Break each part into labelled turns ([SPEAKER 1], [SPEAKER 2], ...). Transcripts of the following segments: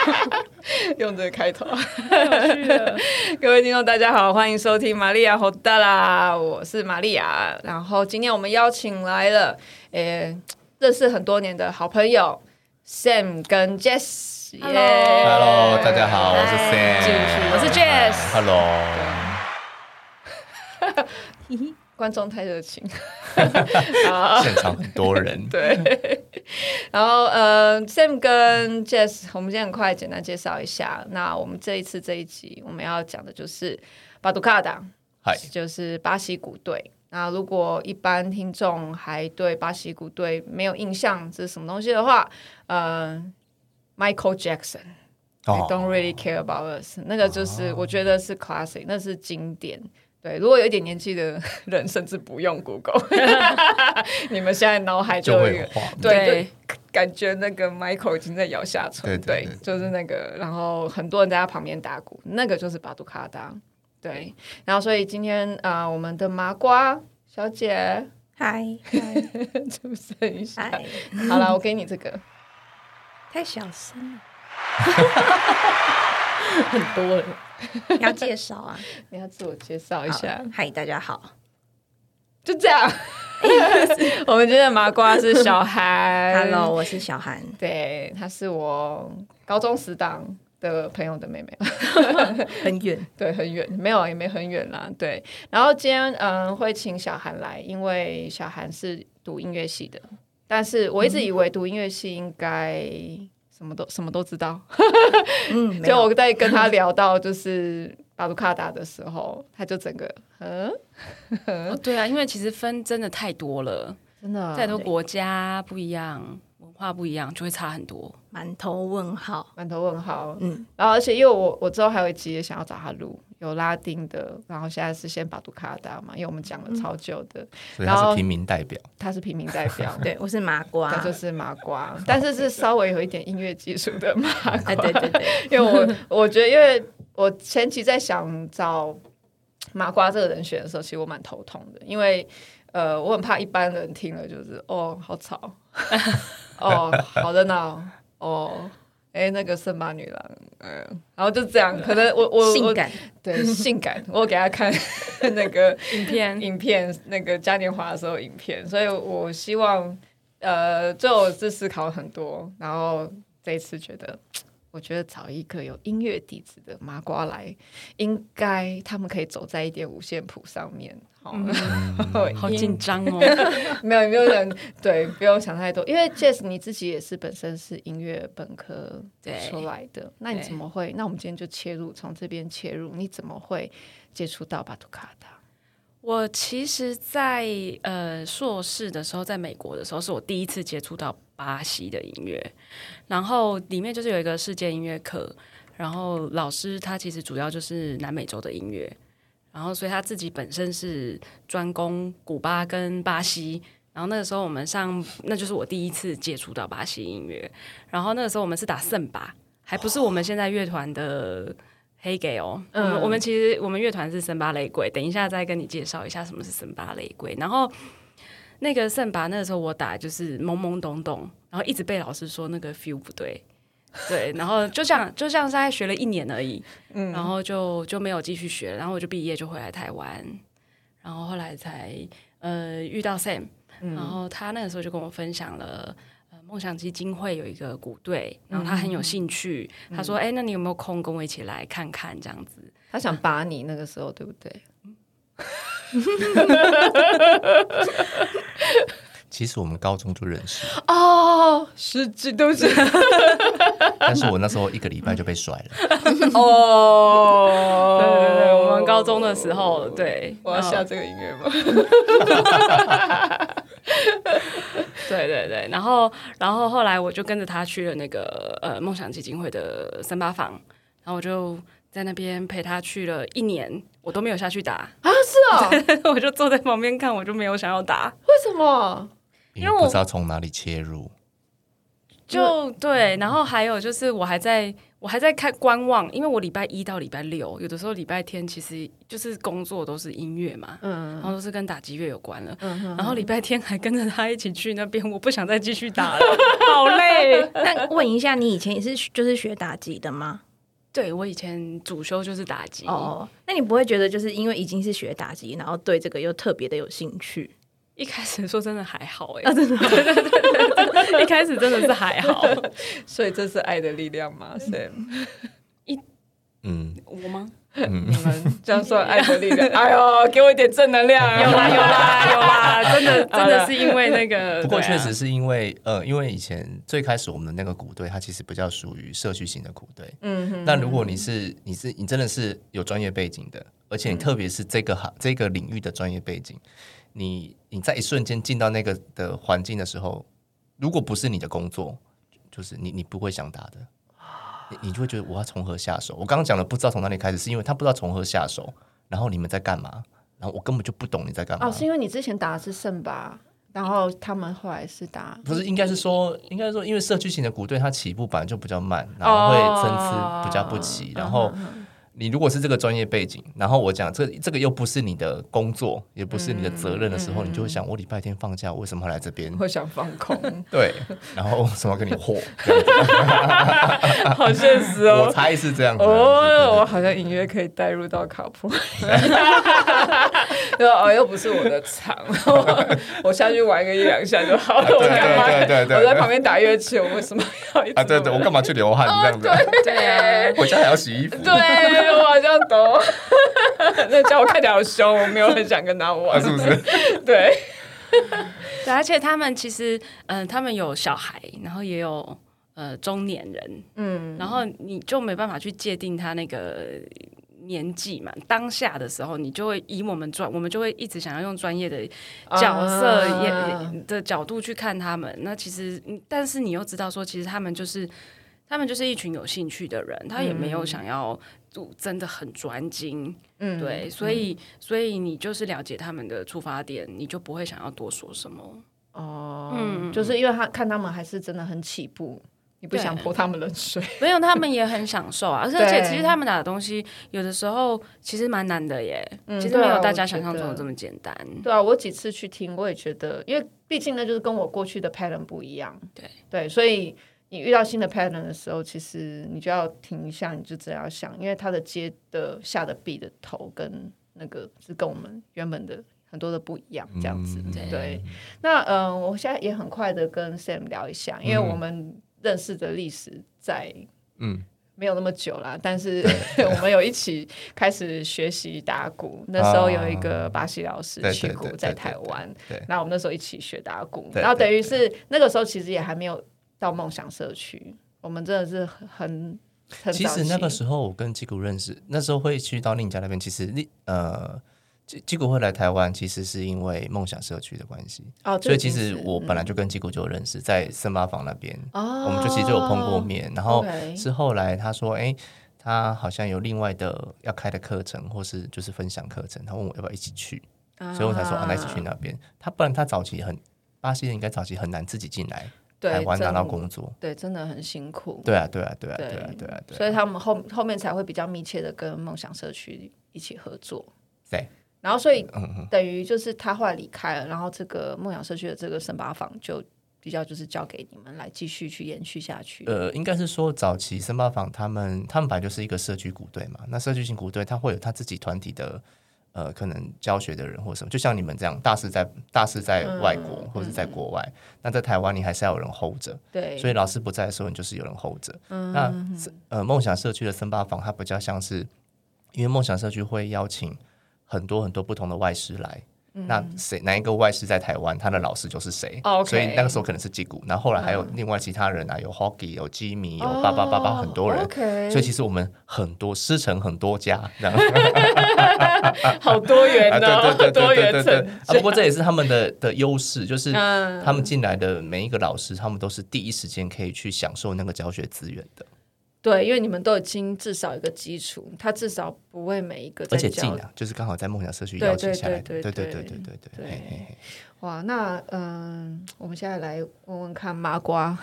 [SPEAKER 1] 各位听众，大家好，欢迎收听玛利亚好大啦，我是玛利亚。然后今天我们邀请来了，诶，认识很多年的好朋友 Sam 跟 Jess。耶
[SPEAKER 2] Hello
[SPEAKER 3] Hello，大家好，我是
[SPEAKER 2] 嗨
[SPEAKER 3] Sam，
[SPEAKER 2] 继续
[SPEAKER 1] 我是 Jess。
[SPEAKER 3] Hello，
[SPEAKER 1] 观众太热情。，
[SPEAKER 3] 现场很多人
[SPEAKER 1] 对，然后呃，Sam 跟 Jess，我们今天很快简单介绍一下。那我们这一次这一集我们要讲的就是巴杜卡达，
[SPEAKER 3] 嗨，
[SPEAKER 1] 就是巴西鼓队。那如果一般听众还对巴西鼓队没有印象，这是什么东西的话，呃，Michael Jackson。I
[SPEAKER 3] 哦
[SPEAKER 1] don't really care about us。那个就是我觉得是 classic，那是经典。对，如果有一点年纪的人，甚至不用 Google，你们现在脑海就
[SPEAKER 3] 就
[SPEAKER 1] 有
[SPEAKER 3] 会
[SPEAKER 1] 一
[SPEAKER 3] 有
[SPEAKER 1] 个
[SPEAKER 3] 画面，
[SPEAKER 1] 对，就感觉那个 Michael 已经在摇下唇，
[SPEAKER 3] 对对对
[SPEAKER 1] 就是那个，然后很多人在他旁边打鼓，那个就是巴杜卡达，对，然后所以今天啊、呃我们的麻瓜小姐
[SPEAKER 2] 嗨
[SPEAKER 1] 出声一下，
[SPEAKER 2] 嗨，
[SPEAKER 1] 好了，我给你这个，
[SPEAKER 2] 太小声了，
[SPEAKER 1] 很多人，
[SPEAKER 2] 你要介绍啊？
[SPEAKER 1] 你要自我介绍一下
[SPEAKER 2] 好，嗨，大家好，哎
[SPEAKER 1] 就这样， 我们今天的麻瓜是小孩
[SPEAKER 2] Hello，我是小韩，
[SPEAKER 1] 对，她是我高中死党的朋友的妹妹。
[SPEAKER 2] 很远，
[SPEAKER 1] 对，很远，没有啊也没很远啦。对，然后今天嗯会请小韩来，因为小韩是读音乐系的，但是我一直以为读音乐系应该什么都什么都知道。
[SPEAKER 2] 嗯，没
[SPEAKER 1] 就
[SPEAKER 2] 有，
[SPEAKER 1] 我在跟他聊到就是巴鲁卡达的时候，他就整 个嗯，
[SPEAKER 4] 哦，对啊，因为其实分真的太多了，
[SPEAKER 1] 真
[SPEAKER 2] 啊
[SPEAKER 1] 的
[SPEAKER 4] 太多国家不一样，文化不一样，就会差很多。
[SPEAKER 2] 满头问号，
[SPEAKER 1] 满头问号。
[SPEAKER 2] 嗯，
[SPEAKER 1] 然后而且因为我我之后还有一集也想要找他录，有拉丁的，然后现在是先巴杜卡达嘛，因为我们讲
[SPEAKER 2] 嗯
[SPEAKER 1] 了超久的，
[SPEAKER 3] 所以
[SPEAKER 1] 然
[SPEAKER 3] 他
[SPEAKER 1] 后
[SPEAKER 3] 是平民代表，
[SPEAKER 1] 他是平民代 表，
[SPEAKER 2] 对，我是麻瓜
[SPEAKER 1] 那，就是麻瓜，但是是稍微有一点音乐技术的麻瓜。
[SPEAKER 2] 哎，对对对，
[SPEAKER 1] 因为我我觉得，因为我前期在想找麻瓜这个人选的时候，其实我蛮头痛的，因为呃，我很怕一般人听了就是哦，好吵， 哦，好热闹，哦。哎、那个圣马女郎，嗯、然后就这样，可能我 我
[SPEAKER 2] 性
[SPEAKER 1] 我
[SPEAKER 2] 感，
[SPEAKER 1] 对性感，我给他看 那个
[SPEAKER 4] 影片
[SPEAKER 1] 影片那个嘉年华的时候影片，所以我希望呃，就我是思考很多，然后这一次觉得，我觉得找一个有音乐底子的麻瓜来，应该他们可以走在一点五线谱上面。好，
[SPEAKER 4] 嗯好
[SPEAKER 1] 音
[SPEAKER 4] 紧张哦，
[SPEAKER 1] 没有没有人对，不用想太多，因为 Jess 你自己也是本身是音乐本科
[SPEAKER 4] 对
[SPEAKER 1] 出来的，那你
[SPEAKER 4] 对
[SPEAKER 1] 怎么会？那我们今天就切入，从这边切入，你怎么会接触到巴图卡达？
[SPEAKER 4] 我其实在，呃硕士的时候，在美国的时候，是我第一次接触到巴西的音乐。然后里面就是有一个世界音乐课，然后老师他其实主要就是南美洲的音乐，然后所以他自己本身是专攻古巴跟巴西。然后那个时候我们上，那就是我第一次接触到巴西音乐。然后那个时候我们是打圣巴，还不是我们现在乐团的黑给哦。我们我们其实我们乐团是森巴雷鬼，等一下再跟你介绍一下什么是森巴雷鬼。然后那个圣拔那个时候我打就是懵懵懂懂，然后一直被老师说那个 feel 不对，对，然后就像就像大概学了一年而已，然后就就没有继续学，然后我就毕业就回来台湾，然后后来才呃遇到 Sam，然后他那个时候就跟我分享了。呃梦想基金会有一个鼓队，然后他很有兴趣，他说：“哎、那你有没有空跟我一起来看看这样子
[SPEAKER 1] 他想把你那个时候，对不对？
[SPEAKER 3] 其实我们高中就认识，
[SPEAKER 1] 哦，十几都 是
[SPEAKER 3] 但是我那时候一个礼拜就被甩 了，
[SPEAKER 1] 哦？”
[SPEAKER 4] 嗯对对对，我们高中的时候，对，
[SPEAKER 1] 我要
[SPEAKER 4] 然后
[SPEAKER 1] 下这个音乐吗？
[SPEAKER 4] 对对对，然后然后后来我就跟着他去了那个呃梦想基金会的三八房，然后我就在那边陪他去了一年，我都没有下去打，
[SPEAKER 1] 啊，是哦，
[SPEAKER 4] 我就坐在旁边看，我就没有想要打，
[SPEAKER 1] 为什么？
[SPEAKER 3] 因为不知道从哪里切入，
[SPEAKER 4] 就对，然后还有就是我还在我还在看观望，因为我礼拜一到礼拜六，有的时候礼拜天其实就是工作都是音乐嘛，然
[SPEAKER 1] 嗯，
[SPEAKER 4] 后都是跟打击乐有关了。
[SPEAKER 1] 嗯
[SPEAKER 4] 然后礼拜天还跟着他一起去那边，我不想再继续打了，好累。
[SPEAKER 2] 那问一下，你以前也是就是学打击的吗？
[SPEAKER 4] 对我以前主修就是打击，
[SPEAKER 2] 哦，那你不会觉得就是因为已经是学打击，然后对这个又特别的有兴趣？
[SPEAKER 4] 一开始说真的还好哎、真的，一开始真的是还好。
[SPEAKER 1] 所以这是爱的力量吗？Sam，
[SPEAKER 3] 嗯，
[SPEAKER 4] 我吗？
[SPEAKER 1] 你们这样算爱的 力量？哎呦，给我一点正能量啊！
[SPEAKER 4] 有啦有啦有啦，真的真的是因为那个，
[SPEAKER 3] 不过
[SPEAKER 4] 对啊
[SPEAKER 3] 确实是因为、呃，因为以前最开始我们的那个鼓队，它其实比较属于社区型的鼓队。
[SPEAKER 1] 嗯哼，
[SPEAKER 3] 那如果你是你是你真的是有专业背景的，而且你特别是这个行、这个领域的专业背景，你你在一瞬间进到那个的环境的时候，如果不是你的工作，就是你你不会想打的，你你就会觉得我要从何下手。我刚刚讲的不知道从哪里开始，是因为他不知道从何下手，然后你们在干嘛，然后我根本就不懂你在干嘛。
[SPEAKER 1] 哦，是因为你之前打的是圣吧，然后他们后来是 打
[SPEAKER 3] 不是，应该是说，应该是说，因为社区型的鼓队它起步本来就比较慢，然后会参差比较不
[SPEAKER 1] 哦
[SPEAKER 3] 齐，然
[SPEAKER 1] 嗯
[SPEAKER 3] 后你如果是这个专业背景，然后我讲这这个又不是你的工作，也不是你的责任的
[SPEAKER 1] 嗯
[SPEAKER 3] 时候，你就会想，我礼拜天放假，我为什么要来 这边？
[SPEAKER 1] 会想放 空，
[SPEAKER 3] 对，然后为什么要跟你 火？
[SPEAKER 1] 好现实
[SPEAKER 3] 我。猜是这样子啊。
[SPEAKER 1] 哦，我好像隐约可以带入到卡 普，对哦，又不是我的场， 我我下去玩个一两下就好了。
[SPEAKER 3] 对
[SPEAKER 1] 我干嘛？
[SPEAKER 3] 啊对对对对
[SPEAKER 1] 我在旁边打乐器，我为什么要一直
[SPEAKER 3] 对对对啊，对对，我干嘛去流汗
[SPEAKER 1] 哦
[SPEAKER 3] 这样子？
[SPEAKER 4] 对啊，
[SPEAKER 3] 回家还要洗衣服。
[SPEAKER 1] 对，我好像懂。 那家伙看起来好凶，我没有很想跟他玩
[SPEAKER 3] 啊，。是不是？
[SPEAKER 1] 对，
[SPEAKER 4] 对，而且他们其实，嗯、他们有小孩，然后也有呃中年人，嗯，然后你就没办法去界定他那个年纪嘛。当下的时候，你就会以我们专，我们就会一直想要用专业的角色
[SPEAKER 1] 啊
[SPEAKER 4] 也、也的角度去看他们。那其实，嗯但是你又知道说，其实他们就是。他们就是一群有兴趣的人，他也没有想要就真的很专精，
[SPEAKER 1] 嗯
[SPEAKER 4] 对，所以、所以你就是了解他们的出发点，你就不会想要多说什么。
[SPEAKER 1] 哦，就是因为他看他们还是真的很起步，你不
[SPEAKER 4] 对
[SPEAKER 1] 想泼他们冷水。
[SPEAKER 4] 没有，他们也很享受啊，而且
[SPEAKER 1] 对
[SPEAKER 4] 而且其实他们打的东西有的时候其实蛮难的耶，其实
[SPEAKER 1] 对啊
[SPEAKER 4] 没有大
[SPEAKER 1] 我
[SPEAKER 4] 家
[SPEAKER 1] 觉
[SPEAKER 4] 想象中
[SPEAKER 1] 得
[SPEAKER 4] 的这么简单。
[SPEAKER 1] 对啊，我几次去听，我也觉得，因为毕竟呢，就是跟我过去的 pattern 不一样。
[SPEAKER 4] 对
[SPEAKER 1] 对，所以你遇到新的 pattern 的时候，其实你就要停一下，你就这样想，因为它的接的下的臂的头跟那个是跟我们原本的很多的不一样， 这样子。
[SPEAKER 3] 嗯
[SPEAKER 4] 对
[SPEAKER 1] 对，那嗯、呃我现在也很快的跟 Sam 聊一下，因为我们认识的历史在
[SPEAKER 3] 嗯，
[SPEAKER 1] 没有那么久啦，但是 我们有一起开始学习打鼓。那时候有一个巴西老师
[SPEAKER 3] 啊对对
[SPEAKER 1] 去
[SPEAKER 3] 对
[SPEAKER 1] 鼓
[SPEAKER 3] 对
[SPEAKER 1] 在
[SPEAKER 3] 对
[SPEAKER 1] 台
[SPEAKER 3] 对
[SPEAKER 1] 湾
[SPEAKER 3] 对，
[SPEAKER 1] 那我们那时候一起学打鼓，
[SPEAKER 3] 对
[SPEAKER 1] 然后
[SPEAKER 3] 对
[SPEAKER 1] 等于是那个时候其实也还没有到梦想社区，我们真的是很很很
[SPEAKER 3] 其
[SPEAKER 1] 早
[SPEAKER 3] 实那
[SPEAKER 1] 期
[SPEAKER 3] 个时候我跟基谷认识，那时候会去到令家那边，其实令呃基基谷会来台湾，其实是因为梦想社区的关系，
[SPEAKER 1] 哦，这
[SPEAKER 3] 所以
[SPEAKER 1] 个
[SPEAKER 3] 其实
[SPEAKER 1] 是嗯
[SPEAKER 3] 我本来就跟基谷就有认识，在森巴房那边，
[SPEAKER 1] 哦，
[SPEAKER 3] 我们就其实就有碰过面，然后
[SPEAKER 1] OK
[SPEAKER 3] 是后来他说，哎、他好像有另外的要开的课程，或是就是分享课程，他问我要不要一起去，所以我才说啊，那一起去那边。他不然他早期很巴西人应该早期很难自己进来
[SPEAKER 1] 对
[SPEAKER 3] 台湾拿到
[SPEAKER 1] 真
[SPEAKER 3] 工作，
[SPEAKER 1] 对，真的很辛苦，
[SPEAKER 3] 对啊，对啊，对啊，
[SPEAKER 1] 对
[SPEAKER 3] 对啊，对啊，对啊，
[SPEAKER 1] 所以他们后后面才会比较密切的跟梦想社区一起合作。
[SPEAKER 3] 对，嗯
[SPEAKER 1] 然后所以等于就是他后来离开了，然后这个梦想社区的这个圣八坊就比较就是交给你们来继续去延续下去。
[SPEAKER 3] 呃，应该是说早期森巴坊他们他们本来就是一个社区鼓队嘛，那社区型鼓队他会有他自己团体的呃，可能教学的人或什么，就像你们这样，大师在大师在外国、或者在国外，那在台湾你还是要有人 hold 着，
[SPEAKER 1] 对，嗯
[SPEAKER 3] 所以老师不在的时候，你就是有人 hold 着。那森呃，梦想社区的森巴坊它比较像是，因为梦想社区会邀请很多很多不同的外师来。
[SPEAKER 1] 嗯
[SPEAKER 3] 那谁哪一个外师在台湾，他的老师就是谁
[SPEAKER 1] 哦 OK 嗯
[SPEAKER 3] 所以那个时候可能是吉谷，然后后来还有另外其他人啊，有 Hockey，有吉米，有爸爸爸爸，很多人
[SPEAKER 1] 哦 OK，
[SPEAKER 3] 所以其实我们很多师承很多家， 然后
[SPEAKER 1] 好多元
[SPEAKER 3] 啊，
[SPEAKER 1] 的、
[SPEAKER 3] 对对对
[SPEAKER 1] 多
[SPEAKER 3] 对对
[SPEAKER 1] 元
[SPEAKER 3] 对
[SPEAKER 1] 层
[SPEAKER 3] 对。啊，不过这也是他们的的优势，就是
[SPEAKER 1] 嗯
[SPEAKER 3] 他们进来的每一个老师，他们都是第一时间可以去享受那个教学资源的，
[SPEAKER 1] 对，因为你们都已经至少有一个基础，他至少不会每一个在
[SPEAKER 3] 而且近
[SPEAKER 1] 教
[SPEAKER 3] 啊，就是刚好在梦想社区
[SPEAKER 1] 对
[SPEAKER 3] 邀请下来的，
[SPEAKER 1] 对
[SPEAKER 3] 对
[SPEAKER 1] 对
[SPEAKER 3] 对
[SPEAKER 1] 对
[SPEAKER 3] 对
[SPEAKER 1] 对
[SPEAKER 3] 对对
[SPEAKER 1] 对
[SPEAKER 3] 对，嘿嘿嘿
[SPEAKER 1] 哇，那嗯，我们现在来问问看麻瓜，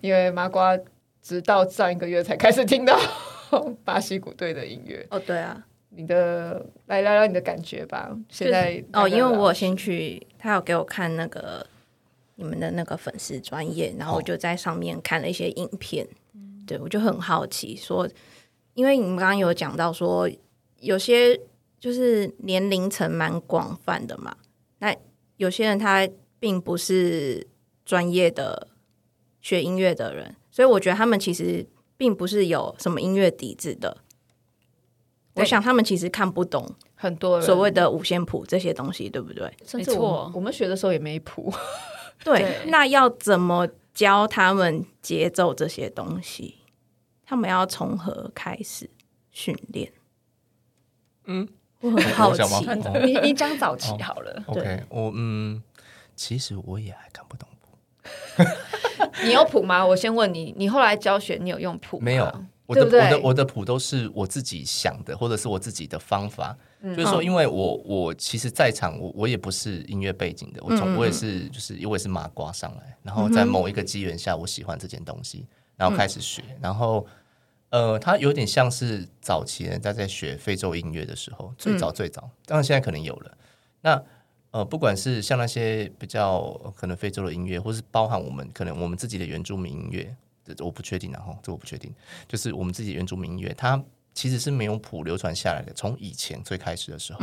[SPEAKER 1] 因为麻瓜直到上一个月才开始听到巴西鼓队的音乐，
[SPEAKER 2] 哦，对啊，
[SPEAKER 1] 你的来聊聊你的感觉吧。现在
[SPEAKER 2] 哦，因为我有
[SPEAKER 1] 先
[SPEAKER 2] 先去，他有给我看那个你们的那个粉丝专业，然后我就在上面看了一些影片，对我就很好奇说，因为你们刚刚有讲到说，有些就是年龄层蛮广泛的嘛，那有些人他并不是专业的学音乐的人，所以我觉得他们其实并不是有什么音乐底子的。我
[SPEAKER 1] 对
[SPEAKER 2] 想他们其实看不懂
[SPEAKER 1] 很多人
[SPEAKER 2] 所谓的五线谱这些东西，对不对？
[SPEAKER 1] 甚至
[SPEAKER 4] 没错
[SPEAKER 1] 我们我们学的时候也没谱，
[SPEAKER 2] 对，
[SPEAKER 4] 对
[SPEAKER 2] 那要怎么教他们节奏这些东西？他们要从何开始训练？嗯，我很好
[SPEAKER 3] 我讲吗
[SPEAKER 2] 奇。
[SPEAKER 3] 哦
[SPEAKER 1] 你你讲早期好了，
[SPEAKER 3] OK，我嗯，其实我也还看不懂谱，
[SPEAKER 1] 你有谱吗？我先问你，你后来教学你有用谱吗
[SPEAKER 3] 没有。我
[SPEAKER 1] 对不
[SPEAKER 3] 的
[SPEAKER 1] 对
[SPEAKER 3] 我的我的谱都是我自己想的，或者是我自己的方法。
[SPEAKER 1] 嗯
[SPEAKER 3] 就是说，因为我我其实在场，我我也不是音乐背景的，我
[SPEAKER 1] 嗯
[SPEAKER 3] 从我也是就是因为我也是麻瓜上来，然后在某一个机缘下，我喜欢这件东西，然
[SPEAKER 1] 嗯
[SPEAKER 3] 后开始学，然后呃，它有点像是早期人家在学非洲音乐的时候，最
[SPEAKER 1] 嗯
[SPEAKER 3] 早最早，当然现在可能有了。那呃，不管是像那些比较呃可能非洲的音乐，或是包含我们可能我们自己的原住民音乐，这这我不确定啊，然后这我不确定，就是我们自己的原住民音乐，它其实是没有谱流传下来的，从以前最开始的时候，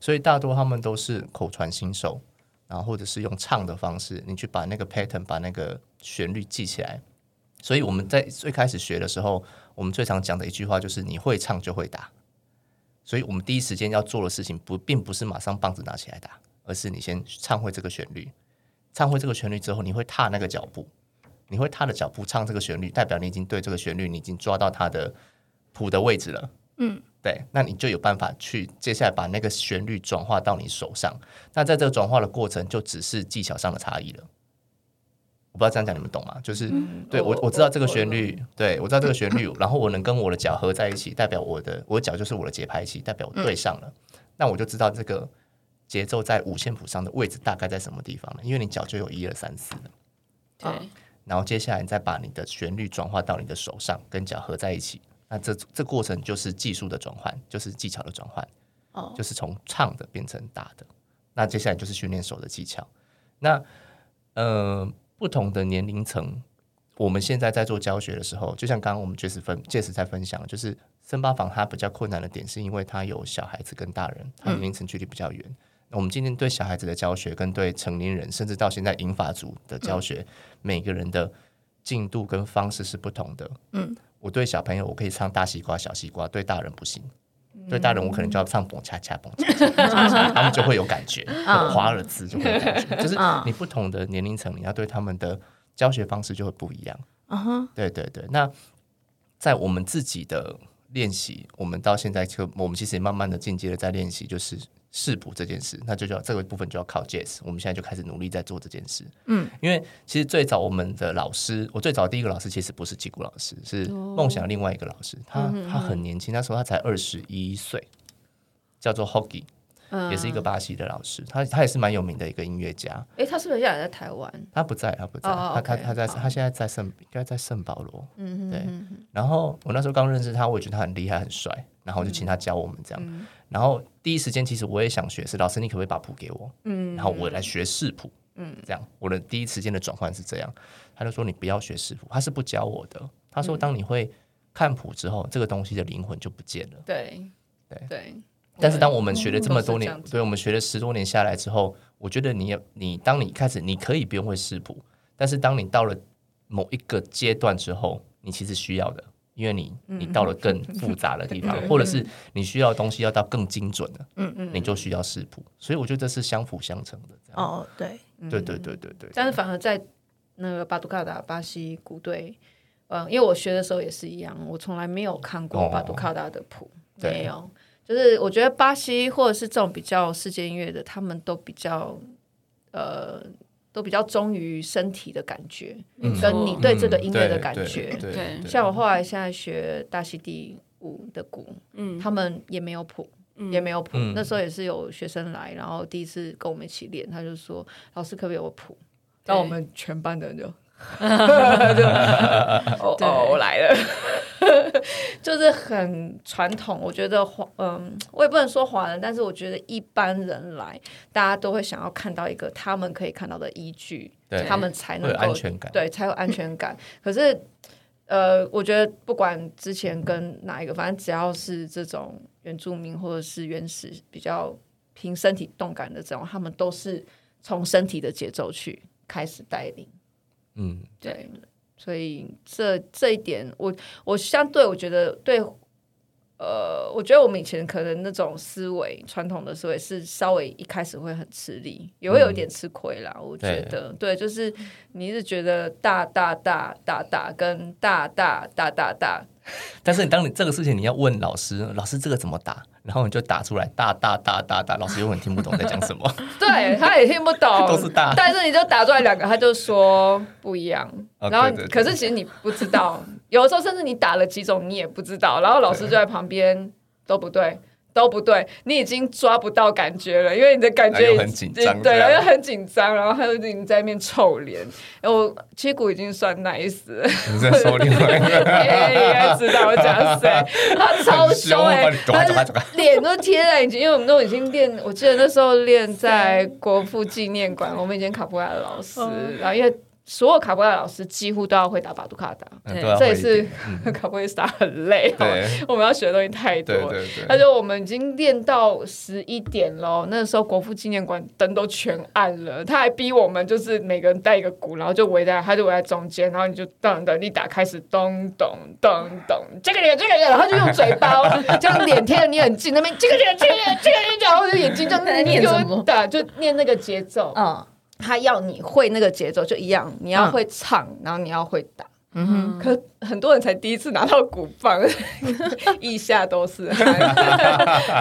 [SPEAKER 3] 所以大多他们都是口传心授，然后或者是用唱的方式，你去把那个 pattern 把那个旋律记起来。所以我们在最开始学的时候，我们最常讲的一句话就是“你会唱就会打”。所以我们第一时间要做的事情不，并不是马上棒子拿起来打，而是你先唱会这个旋律，唱会这个旋律之后，你会踏那个脚步，你会踏着脚步唱这个旋律，代表你已经对这个旋律，你已经抓到它的谱的位置了。嗯，对，那你就有办法去接下来把那个旋律转化到你手上。那在这个转化的过程，就只是技巧上的差异了。我不知道这样讲你们懂吗？就是、对我
[SPEAKER 1] 我
[SPEAKER 3] 我知道这个
[SPEAKER 1] 嗯我
[SPEAKER 3] 旋律，对我知道这个旋律， 然后我能跟我的脚合在一起，代表我的我的脚就是我的节拍器，代表我对上了。
[SPEAKER 1] 嗯
[SPEAKER 3] 那我就知道这个节奏在五线谱上的位置大概在什么地方了，因为你脚就有一二三四了。
[SPEAKER 4] 对，
[SPEAKER 3] 然后接下来你再把你的旋律转化到你的手上，跟脚合在一起。那这这过程就是技术的转换，就是技巧的转换，
[SPEAKER 2] 哦
[SPEAKER 3] 就是从唱的变成打的。那接下来就是训练手的技巧。那呃，不同的年龄层，我们现在在做教学的时候，就像刚刚我们确实分确实在分享，就是森巴房它比较困难的点，是因为它有小孩子跟大人，它年龄层距离比较远。那我们今天对小孩子的教学，跟对成年人，甚至到现在银发族的教学，每个人的进度跟方式是不同的。嗯，我对小朋友我可以唱大西瓜、小西瓜，对大人不行。
[SPEAKER 2] 嗯
[SPEAKER 3] 对大人，我可能就要唱蹦恰恰蹦恰恰，蹦 恰恰他们就会有感觉，华尔兹就会有感
[SPEAKER 2] 嗯
[SPEAKER 3] 觉，就是你不同的年龄层，你要对他们的教学方式就会不一样。
[SPEAKER 2] 嗯哼，
[SPEAKER 3] 对对对，那在我们自己的练习，我们到现在就我们其实也慢慢的进阶的在练习，就是视谱这件事，那就叫这个部分就要靠 Jazz，我们现在就开始努力在做这件事。嗯，因为其实最早我们的老师，我最早第一个老师其实不是吉谷老师，是梦想另外一个老师，他、他很年轻，那时候他才二十一岁，叫做 Hoggy。也是一个巴西的老师，他他也是蛮有名的一个音乐家，
[SPEAKER 1] 诶，他是不是现在在台湾？
[SPEAKER 3] 他不在，他不在，
[SPEAKER 1] 哦
[SPEAKER 3] 他他
[SPEAKER 1] OK，
[SPEAKER 3] 他在，
[SPEAKER 1] 好
[SPEAKER 3] 他现在在圣，应该在圣保罗。嗯对。然后我那时候刚认识他，我也觉得他很厉害，很帅，然后我就请他教我们这样。然后第一时间，其实我也想学，是老师，你可不可以把谱给我？嗯。然后我来学视谱。嗯。这样，我的第一时间的转换是这样。他就说你不要学视谱，他是不教我的。他说，当你会看谱之后，这个东西的灵魂就不见了。
[SPEAKER 1] 对
[SPEAKER 3] 对
[SPEAKER 1] 对，嗯
[SPEAKER 3] 但是当我们学了这么多
[SPEAKER 1] 都是这
[SPEAKER 3] 年
[SPEAKER 1] 样，子
[SPEAKER 3] 对我们学了十多年下来之后，我觉得你也你当你开始你可以不用会视谱，但是当你到了某一个阶段之后，你其实需要的，因为你
[SPEAKER 1] 嗯
[SPEAKER 3] 你到了更复杂的地方，或者是你需要的东西要到更精准的，嗯嗯，你就需要视谱。所以我觉得这是相辅相成的，这样。
[SPEAKER 2] 哦，对，
[SPEAKER 3] 对对对对对。
[SPEAKER 1] 嗯但是反而在那个巴杜卡达巴西鼓队，嗯，因为我学的时候也是一样，我从来没有看过
[SPEAKER 3] 哦
[SPEAKER 1] 巴杜卡达的谱，
[SPEAKER 3] 对
[SPEAKER 1] 没有。就是我觉得巴西或者是这种比较世界音乐的，他们都比较呃，都比较忠于身体的感觉，跟你对这个音乐的感觉。
[SPEAKER 3] 嗯对
[SPEAKER 4] 对
[SPEAKER 1] 像我后来现在学大溪第五的鼓，嗯，他们也没有谱，也没有谱。
[SPEAKER 3] 嗯
[SPEAKER 1] 那时候也是有学生来，然后第一次跟我们一起练，他就说：“老师可不可以有个谱？”
[SPEAKER 4] 对
[SPEAKER 1] 然后我们全班的 人就，就哦哦，我来了， 就是很传统。我觉得华，嗯，我也不能说华人，但是我觉得一般人来，大家都会想要看到一个他们可以看到的依据
[SPEAKER 3] 对，
[SPEAKER 1] 他们才
[SPEAKER 3] 会
[SPEAKER 1] 能
[SPEAKER 3] 有
[SPEAKER 1] 够
[SPEAKER 3] 安全感。
[SPEAKER 1] 对，才有安全感。可是，呃，我觉得不管之前跟哪一个，反正只要是这种原住民或者是原始比较凭身体动感的这种，他们都是从身体的节奏去开始带领。
[SPEAKER 3] 嗯，
[SPEAKER 1] 对，所以这这一点，我我相对我觉得对，呃，我觉得我们以前可能那种思维，传统的思维是稍微一开始会很吃力，也会有一点吃亏啦。我觉得，对，就是你是觉得大大大大大跟大大大大大，
[SPEAKER 3] 但是你当你这个事情你要问老师，老师这个怎么打，然后你就打出来大大大大大，老师永远听不懂在讲什么。
[SPEAKER 1] 对他也听不懂，
[SPEAKER 3] 都是大
[SPEAKER 1] 但是你就打出来两个，他就说不一样。
[SPEAKER 3] 啊
[SPEAKER 1] 然后
[SPEAKER 3] 对对对
[SPEAKER 1] 可是其实你不知道， 有的时候甚至你打了几种你也不知道，然后老师就在旁边都不对。都不对，你已经抓不到感觉了，因为你的感
[SPEAKER 3] 然
[SPEAKER 1] 觉
[SPEAKER 3] 后
[SPEAKER 1] 已
[SPEAKER 3] 哎又很紧张
[SPEAKER 1] 对，
[SPEAKER 3] 这样
[SPEAKER 1] 然后又很紧张，然后他就已经在那边臭脸。然后我七谷已经算 nice 了，
[SPEAKER 3] 你在说另外一个
[SPEAKER 1] 哎应该知道我讲谁，他超凶哎、
[SPEAKER 3] 很凶
[SPEAKER 1] 他
[SPEAKER 3] 把你抓
[SPEAKER 1] 是脸都贴在你前，因为我们都已经练，我记得那时候练在国父纪念馆，我们以前卡布拉的老师，然后因为所有卡布拉的老师几乎都要会打巴杜卡达，
[SPEAKER 3] 嗯
[SPEAKER 4] 对
[SPEAKER 3] 都要
[SPEAKER 1] 这也
[SPEAKER 3] 会一点
[SPEAKER 1] 是 卡布拉打很累，
[SPEAKER 3] 对
[SPEAKER 1] 我们要学的东西太多
[SPEAKER 3] 对
[SPEAKER 1] 了。
[SPEAKER 3] 对
[SPEAKER 1] 他
[SPEAKER 3] 对，
[SPEAKER 1] 说我们已经练到十一点喽，那时候国父纪念馆灯都全暗了，他还逼我们就是每个人带一个鼓，然后就围在，他就围在中间，然后你就噔噔，你打开始咚咚咚咚，这个人这个人，然后就用嘴巴哦这样脸贴着你很近，那边这个人这个人这个人，然后就眼睛这样
[SPEAKER 2] 在念什么
[SPEAKER 1] 就打就念那个节奏，
[SPEAKER 2] 嗯
[SPEAKER 1] 他要你会那个节奏就一样，你要
[SPEAKER 2] 嗯
[SPEAKER 1] 会唱，然后你要会打。
[SPEAKER 2] 嗯哼，
[SPEAKER 1] 可很多人才第一次拿到鼓棒， 腋下都是 汗，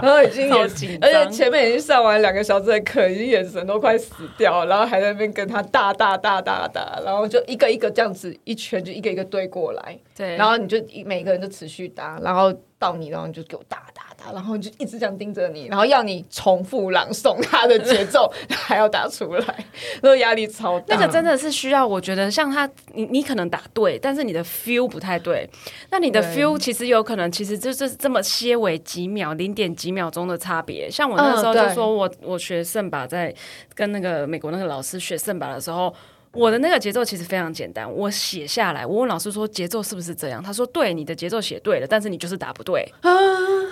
[SPEAKER 1] 然后已经
[SPEAKER 4] 超
[SPEAKER 1] 眼
[SPEAKER 4] 紧
[SPEAKER 1] 而且
[SPEAKER 4] 张
[SPEAKER 1] 前面已经上完两个小时的课，已经眼神都快死掉，然后还在那边跟他大大大大大，然后就一个一个这样子一圈就一个一个对过来，
[SPEAKER 4] 对，
[SPEAKER 1] 然后你就一每个人就持续打，然后到你，然后你就给我打打打，然后你就一直这样盯着你，然后要你重复朗诵他的节奏， 还要打出来，那个压力超大。
[SPEAKER 4] 那个真的是需要，我觉得像他，你你可能打对，但是你的 feel 不太对。那你的
[SPEAKER 1] 对
[SPEAKER 4] feel 其实有可能，其实就是这么些微几秒、零点几秒钟的差别。像我那时候
[SPEAKER 1] 嗯对
[SPEAKER 4] 就说我、我学圣把在跟那个美国那个老师学圣把的时候。我的那个节奏其实非常简单，我写下来。我问老师说节奏是不是这样，他说对，你的节奏写对了，但是你就是打不对，
[SPEAKER 1] 啊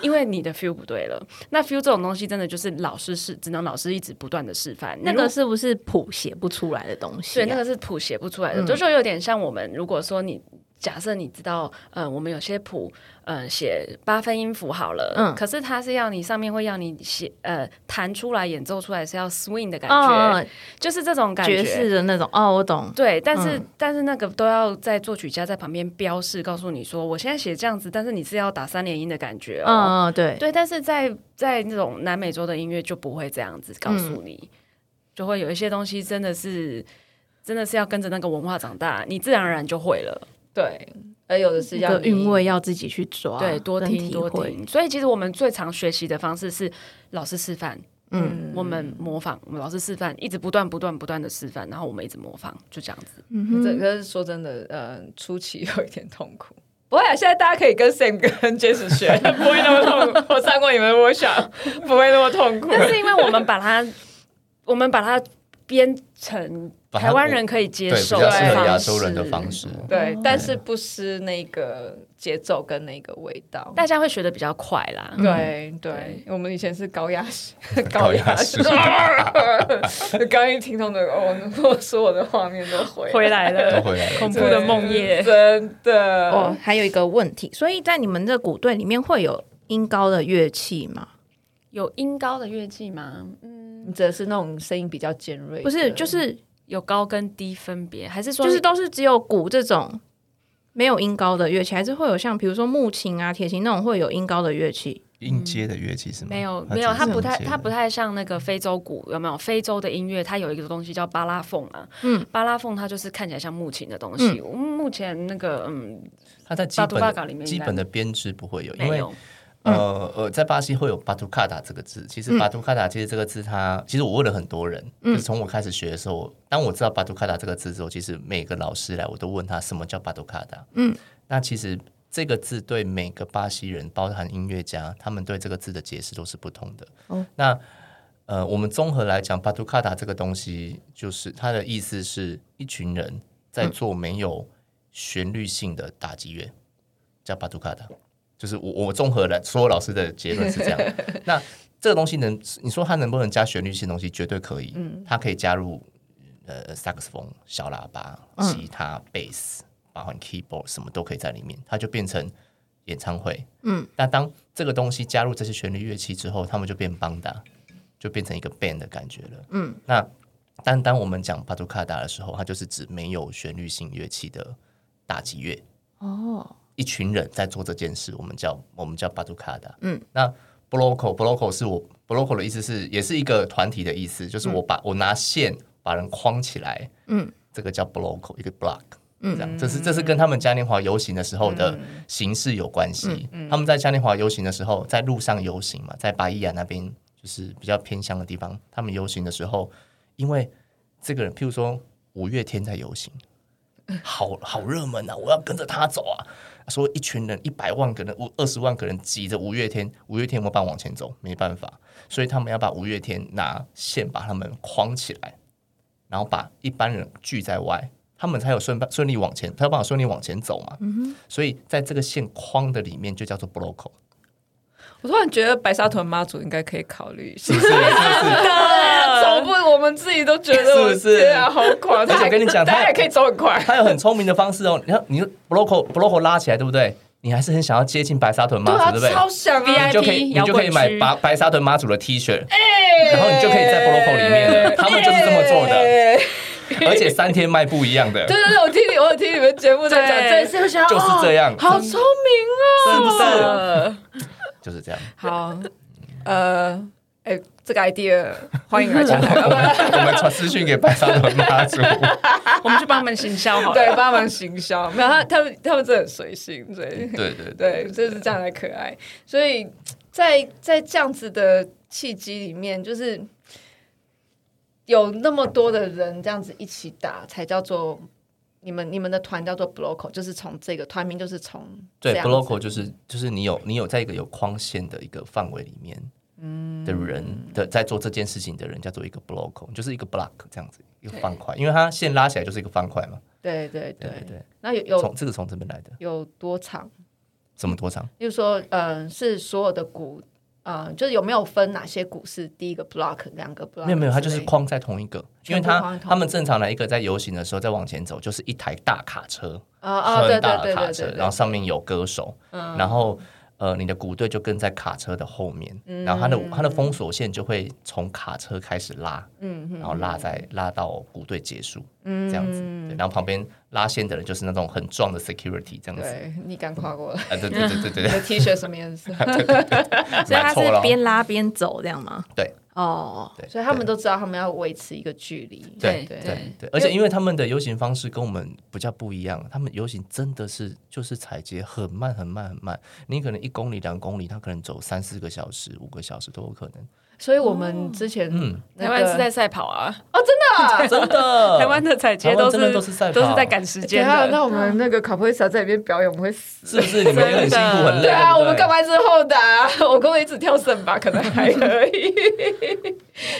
[SPEAKER 4] 因为你的 feel 不对了。那 feel 这种东西真的就是老师是只能老师一直不断的示范。
[SPEAKER 2] 那
[SPEAKER 4] 你如
[SPEAKER 2] 个是不是谱写不出来的东西、啊？
[SPEAKER 4] 对，那个是谱写不出来的，
[SPEAKER 2] 嗯
[SPEAKER 4] 就说有点像我们如果说你。假设你知道，呃，我们有些谱，呃，写八分音符好了，
[SPEAKER 2] 嗯
[SPEAKER 4] 可是它是要你上面会要你写，呃，弹出来演奏出来是要 swing 的感觉，
[SPEAKER 2] 哦，
[SPEAKER 4] 就是这种感觉。
[SPEAKER 2] 爵士嗯的那种哦，我懂。
[SPEAKER 4] 对，但是、但是那个都要在作曲家在旁边标示，告诉你说，我现在写这样子，但是你是要打三连音的感觉哦。
[SPEAKER 2] 嗯嗯，对，
[SPEAKER 4] 对，但是在在那种南美洲的音乐就不会这样子告
[SPEAKER 2] 嗯
[SPEAKER 4] 诉你，就会有一些东西真的是真的是要跟着那个文化长大，你自然而然就会了。
[SPEAKER 1] 对，
[SPEAKER 4] 呃
[SPEAKER 1] 而有的是
[SPEAKER 2] 那
[SPEAKER 1] 要
[SPEAKER 2] 个
[SPEAKER 1] 你
[SPEAKER 2] 韵味要自己去抓，
[SPEAKER 4] 对，多
[SPEAKER 2] 跟
[SPEAKER 4] 听
[SPEAKER 2] 体
[SPEAKER 4] 多
[SPEAKER 2] 会。
[SPEAKER 4] 听。所以其实我们最常学习的方式是老师示范，嗯，我们模仿，我们老师示范，一直不断不断不断的示范，然后我们一直模仿，就这样 子。
[SPEAKER 1] 这可是说真的，呃，初期有一点痛苦。不会啊，现在大家可以跟 Sam 跟 Jess 学， 不会那么痛苦。我上过你们的 workshop，不 会那么痛苦。
[SPEAKER 4] 但是因为我们把它，我们把它编成
[SPEAKER 3] 把它
[SPEAKER 4] 台湾人可以接
[SPEAKER 3] 对，比
[SPEAKER 4] 受
[SPEAKER 3] 较
[SPEAKER 4] 的
[SPEAKER 3] 适合
[SPEAKER 1] 对
[SPEAKER 4] 方
[SPEAKER 3] 亚
[SPEAKER 4] 式
[SPEAKER 3] 洲人的方式。
[SPEAKER 1] 对，但是不失那个节奏跟那个味道。
[SPEAKER 4] 大家会学的比较快啦。
[SPEAKER 2] 嗯
[SPEAKER 1] 对嗯对，我们以前是 高压式，
[SPEAKER 3] 高压
[SPEAKER 1] 压
[SPEAKER 3] 式
[SPEAKER 1] 刚一听到那个，哦，我说我的画面都 回
[SPEAKER 4] 回来
[SPEAKER 3] 都
[SPEAKER 4] 了，
[SPEAKER 3] 回来了，
[SPEAKER 4] 恐怖
[SPEAKER 1] 对
[SPEAKER 4] 的梦魇。
[SPEAKER 1] 真的
[SPEAKER 2] 哦，还有一个问题，所以在你们的鼓队里面会有音高的乐器吗？
[SPEAKER 4] 有音高的乐器吗？
[SPEAKER 1] 你指的是那种声音比较尖锐的，
[SPEAKER 2] 不是，就是
[SPEAKER 4] 有高跟低分别，还是说
[SPEAKER 2] 就是都是只有鼓这种没有音高的乐器，还是会有像比如说木琴啊、铁琴那种会有音高的乐器？
[SPEAKER 3] 应接的乐啊器是吗？
[SPEAKER 4] 没有没有？它不太它不
[SPEAKER 3] 太
[SPEAKER 4] 太像那个非洲鼓，有没有？非洲的音乐它有一个东西叫巴拉凤啊，
[SPEAKER 2] 嗯，
[SPEAKER 4] 巴拉凤它就是看起来像木琴的东西。我们目前那个嗯
[SPEAKER 3] 它在基
[SPEAKER 4] 巴杜巴嘎里
[SPEAKER 3] 本
[SPEAKER 4] 面
[SPEAKER 3] 的
[SPEAKER 4] 应该
[SPEAKER 3] 基本的编制不会有，因
[SPEAKER 4] 没
[SPEAKER 3] 为
[SPEAKER 4] 有，
[SPEAKER 3] 呃呃，在巴西会有巴图卡达这个字。其实巴图卡达其实这个字它，其实我问了很多人，就是从我开始学的时候，当我知道巴图卡达这个字之后，其实每个老师来我都问他什么叫巴图卡达。嗯，那其实这个字对每个巴西人，包含音乐家，他们对这个字的解释都是不同的。
[SPEAKER 2] 哦，
[SPEAKER 3] 那呃，我们综合来讲，巴图卡达这个东西，就是它的意思是一群人在做没有旋律性的打击乐，叫巴杜卡达。就是我我综合来所有老师的结论是这 样。那这个东西能，你说它能不能加旋律性的东西，绝对可以。它可以加入呃萨克斯风、小喇叭、吉他、贝斯、包含 keyboard 什么都可以在里面，它就变成演唱会。嗯，那当这个东西加入这些旋律乐器之后，他们就变邦达，就变成一个 band 的感觉了。嗯，那但当我们讲巴杜卡达的时候，它就是指没有旋律性乐器的打击乐。
[SPEAKER 2] 哦，
[SPEAKER 3] 一群人在做这件事，我们叫我们叫巴杜卡达。
[SPEAKER 2] 嗯，
[SPEAKER 3] 那 bloco bloco 是我 bloco 的意思是也是一个团体的意思，就是我把、我拿线把人框起来，
[SPEAKER 2] 嗯，
[SPEAKER 3] 这个叫 bloco 一个 block。这样，这是这是跟他们嘉年华游行的时候的形式有关系。
[SPEAKER 2] 嗯
[SPEAKER 3] 他们在嘉年华游行的时候，在路上游行嘛，在巴伊亚那边就是比较偏乡的地方，他们游行的时候，因为这个人，譬如说五月天在游行，好好热门啊！我要跟着他走啊！说一群人一百万个人、五二十万个人挤着五月天，五月天有没有办法往前走？没办法，所以他们要把五月天拿线把他们框起来，然后把一般人聚在外，他们才有顺顺利往前，才有办法顺利往前走
[SPEAKER 1] 嗯
[SPEAKER 3] 嘛。所以在这个线框的里面就叫做 bloco，
[SPEAKER 1] 我突然觉得白沙屯妈祖应该可以考虑一下
[SPEAKER 3] 是。不是？是不是？
[SPEAKER 1] 走 不，我们自己都觉得
[SPEAKER 3] 是
[SPEAKER 1] 我
[SPEAKER 3] 不是
[SPEAKER 1] 天啊，好快！
[SPEAKER 3] 而且
[SPEAKER 1] 他还
[SPEAKER 3] 跟你讲他
[SPEAKER 1] 大家也可以走很快。
[SPEAKER 3] 他有很聪明的方式哦。你看，你 bloco bloco 拉起来，对不对？你还是很想要接近白沙 屯妈祖，对不
[SPEAKER 1] 对
[SPEAKER 3] 对
[SPEAKER 1] 啊，？超想啊！
[SPEAKER 3] 你就可以，你就可以买
[SPEAKER 4] VIP
[SPEAKER 3] 白白沙屯妈祖的 T 恤，
[SPEAKER 1] 哎
[SPEAKER 3] 然后你就可以在 Bloco 里面 了他们就是这么做的
[SPEAKER 1] 哎
[SPEAKER 3] 而且三天卖不一样的，
[SPEAKER 1] 对对对，我听你，我有听你们节目在讲这
[SPEAKER 4] 对
[SPEAKER 1] 事，我想
[SPEAKER 3] 就是这样
[SPEAKER 1] 哦好聪明
[SPEAKER 3] 嗯
[SPEAKER 1] 啊
[SPEAKER 3] 是不是？
[SPEAKER 4] 呃，
[SPEAKER 3] 就是这样。
[SPEAKER 1] 哦。好，呃，哎，这个 idea 欢迎来 讲，啊
[SPEAKER 3] 我们我们传私讯给白沙屯妈 祖，
[SPEAKER 4] 我们去帮他们行销好
[SPEAKER 1] 不
[SPEAKER 4] 了。
[SPEAKER 1] 对，帮忙行销。没有他，他们他们真的很随性，对
[SPEAKER 3] 对对对，啊
[SPEAKER 1] 对，就是这样才可爱。所以在在这样子的契机里面，就是有那么多的人这样子一起打，才叫做你们你们的团叫做 Bloco，就是从这个团名就是从
[SPEAKER 3] 对
[SPEAKER 1] 这样子
[SPEAKER 3] Bloco 就是就是你有你有在一个有框线的一个范围里面，
[SPEAKER 1] 嗯
[SPEAKER 3] 的人的在做这件事情的人叫做一个 Bloco，就是一个 block 这样子一个
[SPEAKER 1] 对
[SPEAKER 3] 方块，因为它线拉起来就是一个方块嘛。
[SPEAKER 1] 对对
[SPEAKER 3] 对对
[SPEAKER 1] 对。
[SPEAKER 3] 对，
[SPEAKER 1] 那有有
[SPEAKER 3] 从这个从这边来的，
[SPEAKER 1] 有多长？
[SPEAKER 3] 这么多长？
[SPEAKER 1] 例如说，嗯、是所有的股，嗯、就是有没有分哪些股是第一个 block、两个 block？
[SPEAKER 3] 没有没有，它
[SPEAKER 1] 之
[SPEAKER 3] 就
[SPEAKER 1] 类
[SPEAKER 3] 是
[SPEAKER 1] 的
[SPEAKER 3] 框在同一个，因
[SPEAKER 1] 全
[SPEAKER 3] 为
[SPEAKER 1] 部框在同
[SPEAKER 3] 它
[SPEAKER 1] 一个
[SPEAKER 3] 他们正常来一个在游行的时候再往前走，就是一台大卡车，
[SPEAKER 1] 啊啊，对对
[SPEAKER 3] 很大
[SPEAKER 1] 对
[SPEAKER 3] 的卡
[SPEAKER 1] 对
[SPEAKER 3] 车
[SPEAKER 1] 对，，对嗯
[SPEAKER 3] 然后上面有歌手，然后呃，你的鼓队就跟在卡车的后面，
[SPEAKER 1] 嗯
[SPEAKER 3] 然后它的它的封锁线就会从卡车开始拉，
[SPEAKER 1] 嗯
[SPEAKER 3] 然后拉在拉到鼓队结束，这样子，
[SPEAKER 1] 嗯
[SPEAKER 3] 对然后旁边拉线的人就是那种很壮的 security 这样子，
[SPEAKER 1] 对你敢跨过了？
[SPEAKER 3] 啊，对对对 对对
[SPEAKER 1] 你
[SPEAKER 3] 对，
[SPEAKER 1] 的 T 恤什么颜色？
[SPEAKER 2] 所以他
[SPEAKER 3] 买错了
[SPEAKER 2] 是
[SPEAKER 3] 哦，
[SPEAKER 2] 边拉边走这 样吗？
[SPEAKER 3] 对，
[SPEAKER 2] 哦，
[SPEAKER 3] 对
[SPEAKER 1] 所以他们
[SPEAKER 3] 对
[SPEAKER 1] 都知道他们要维持一个距离。
[SPEAKER 3] 对
[SPEAKER 1] 对
[SPEAKER 3] 对对，而且因为他们的游行方式跟我们比较不一样，他们游行真的是就是踩街很慢很慢很慢，你可能一公里两公里，他可能走三四个小时、五个小时都有可能。
[SPEAKER 1] 所以我们之前
[SPEAKER 3] 嗯，
[SPEAKER 1] 那
[SPEAKER 4] 哦台
[SPEAKER 1] 个
[SPEAKER 4] 湾是在赛跑啊，
[SPEAKER 1] 啊，
[SPEAKER 3] 真的，
[SPEAKER 4] 台湾的彩街
[SPEAKER 3] 呃台湾
[SPEAKER 4] 都
[SPEAKER 3] 真的
[SPEAKER 4] 是
[SPEAKER 3] 都是赛跑
[SPEAKER 4] 都是在赶时
[SPEAKER 1] 对
[SPEAKER 4] 间
[SPEAKER 1] 啊，
[SPEAKER 4] 的。
[SPEAKER 1] 那我们那个卡普里萨在里面表演，我们会死。
[SPEAKER 3] 是不是你们也很辛苦
[SPEAKER 4] 真的
[SPEAKER 3] 很累？
[SPEAKER 1] 对啊，
[SPEAKER 3] 不
[SPEAKER 1] 我们干？嘛之后打？我跟我一直跳绳吧，可能还可以。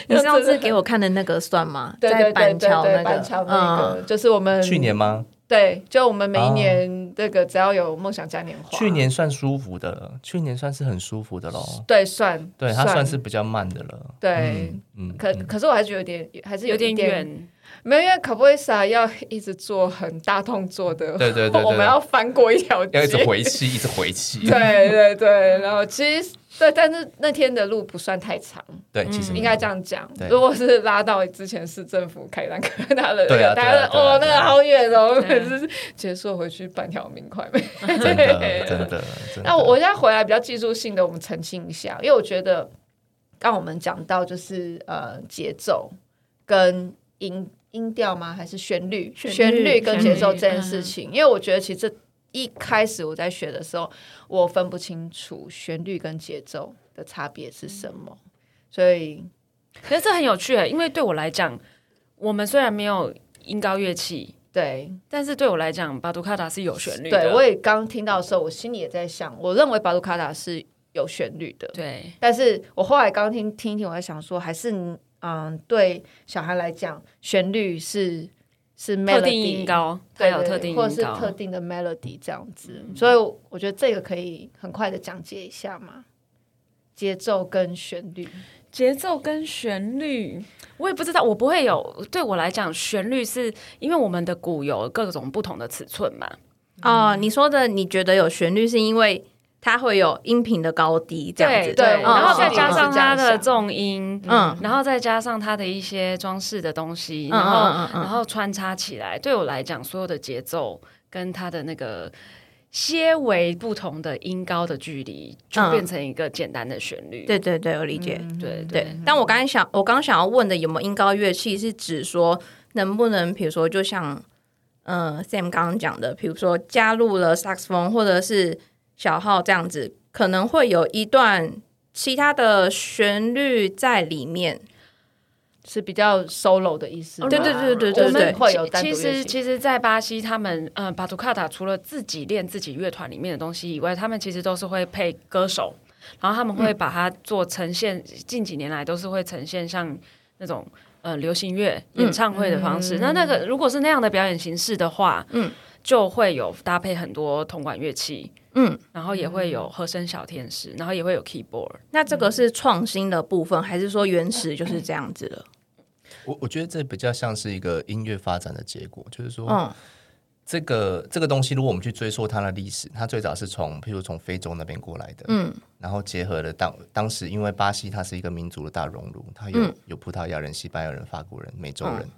[SPEAKER 2] 你上次给我看的那个算吗？
[SPEAKER 1] 对
[SPEAKER 2] 在
[SPEAKER 1] 对对
[SPEAKER 2] 板
[SPEAKER 1] 对
[SPEAKER 2] 桥
[SPEAKER 1] 对，
[SPEAKER 2] 那
[SPEAKER 1] 板
[SPEAKER 2] 个，嗯
[SPEAKER 1] 桥那个，就是我们
[SPEAKER 3] 去年吗？
[SPEAKER 1] 对，就我们每一
[SPEAKER 3] 哦
[SPEAKER 1] 年这个只要有梦想嘉年华，
[SPEAKER 3] 去年算舒服的了，去年算是很舒服的喽。
[SPEAKER 1] 对算
[SPEAKER 3] 对，它算是比较慢的了。
[SPEAKER 1] 对。
[SPEAKER 3] 嗯，嗯，
[SPEAKER 1] 可可是我还是觉得有点，还是
[SPEAKER 4] 有
[SPEAKER 1] 一
[SPEAKER 4] 点，远，
[SPEAKER 1] 没有，因为卡布伊萨啊要一直做很大动作的，
[SPEAKER 3] 对对对 对
[SPEAKER 1] 我们要翻过一条街，
[SPEAKER 3] 要一直回气，一直回气。
[SPEAKER 1] 对对对，然后其实对，但是那天的路不算太长，
[SPEAKER 3] 对，其实
[SPEAKER 1] 嗯应该这样讲
[SPEAKER 3] 嗯对。
[SPEAKER 1] 如果是拉到之前市政府开单，可能他的那
[SPEAKER 3] 对啊
[SPEAKER 1] 个大
[SPEAKER 3] 对啊
[SPEAKER 1] 家的
[SPEAKER 3] 对啊
[SPEAKER 1] 哦，那
[SPEAKER 3] 对啊
[SPEAKER 1] 个好远哦，我
[SPEAKER 4] 对
[SPEAKER 1] 每次结束回去半条命快没。
[SPEAKER 3] 真的真的真的。
[SPEAKER 1] 那我我现在回来比较技术性的，我们澄清一下，因为我觉得刚我们讲到就是呃节奏跟音音调吗？还是旋律？
[SPEAKER 2] 旋律
[SPEAKER 1] 律跟节奏这件
[SPEAKER 4] 旋律
[SPEAKER 1] 事情，因为我觉得其实这一开始我在学的时候，我分不清楚旋律跟节奏的差别是什么，所以
[SPEAKER 4] 可是这很有趣欸，因为对我来讲，我们虽然没有音高乐器，
[SPEAKER 1] 对
[SPEAKER 4] 但是对我来讲，巴杜卡达是有旋律的。
[SPEAKER 1] 对，我也刚听到的时候，我心里也在想，我认为巴鲁卡塔是有旋律的，
[SPEAKER 4] 对
[SPEAKER 1] 但是我后来刚听听一听，我在想说，还是嗯，对小孩来讲，旋律是是
[SPEAKER 4] 特定音
[SPEAKER 1] melody，
[SPEAKER 4] 高，它
[SPEAKER 1] 对
[SPEAKER 4] 有
[SPEAKER 1] 对
[SPEAKER 4] 特定
[SPEAKER 1] 或者
[SPEAKER 4] 音
[SPEAKER 1] 是
[SPEAKER 4] 高嗯
[SPEAKER 1] 特，定的 melody 这样子，所以我觉得这个可以很快的讲解一下嘛，节奏跟旋律。
[SPEAKER 4] 节奏跟旋律，我也不知道，我不会有。对我来讲，旋律是因为我们的鼓有各种不同的尺寸嘛，
[SPEAKER 1] 嗯
[SPEAKER 2] 哦，你说的你觉得有旋律，是因为它会有音频的高低这样子，
[SPEAKER 1] 对
[SPEAKER 2] 嗯
[SPEAKER 1] 我
[SPEAKER 4] 然后再
[SPEAKER 1] 是
[SPEAKER 4] 加
[SPEAKER 1] 这
[SPEAKER 4] 上
[SPEAKER 1] 样
[SPEAKER 4] 它的
[SPEAKER 1] 想
[SPEAKER 4] 重音，
[SPEAKER 2] 嗯
[SPEAKER 4] 然后再加上它的一些装饰的东西，
[SPEAKER 2] 嗯
[SPEAKER 4] 然后、
[SPEAKER 2] 嗯嗯嗯
[SPEAKER 4] 然后穿插起来，对我来讲，所有的节奏跟它的那个些微不同的音高的距离，就
[SPEAKER 2] 嗯
[SPEAKER 4] 变成一个简单的旋律。
[SPEAKER 2] 对对对，我理
[SPEAKER 1] 嗯
[SPEAKER 2] 解。
[SPEAKER 4] 对
[SPEAKER 2] 对，但我刚才想，我刚想要问的有没有音高乐器，是指说能不能，比如说，就像呃 Sam 刚刚讲的，比如说加入了 saxophone 或者是小号这样子，可能会有一段其他的旋律在里面。
[SPEAKER 1] 是比较 solo 的意思吗。
[SPEAKER 2] 哦对对对对对
[SPEAKER 1] 我们
[SPEAKER 2] 对
[SPEAKER 1] 会有单独
[SPEAKER 4] 其
[SPEAKER 1] 乐
[SPEAKER 4] 实，
[SPEAKER 1] 器。
[SPEAKER 4] 其实，在巴西，他们呃，巴图卡塔除了自己练自己乐团里面的东西以外，他们其实都是会配歌手，然后他们会把它做呈现。近几年来都是会呈现像那种呃流行乐演唱会的方式。那那个如果是那样的表演形式的话，嗯，就会有搭配很多铜管乐器，
[SPEAKER 2] 嗯，
[SPEAKER 4] 然后也会有和声小天使，然后也会有 keyboard。
[SPEAKER 2] 那这个是创新的部分，还是说原始就是这样子的？
[SPEAKER 3] 我我觉得这比较像是一个音乐发展的结果，就是说，
[SPEAKER 2] 嗯
[SPEAKER 3] 这个这个东西，如果我们去追溯它的历史，它最早是从，譬如从非洲那边过来的，
[SPEAKER 2] 嗯，
[SPEAKER 3] 然后结合了当当时，因为巴西它是一个民族的大熔炉，它
[SPEAKER 2] 嗯
[SPEAKER 3] 有、有葡萄牙人、西班牙人、法国人、美洲人，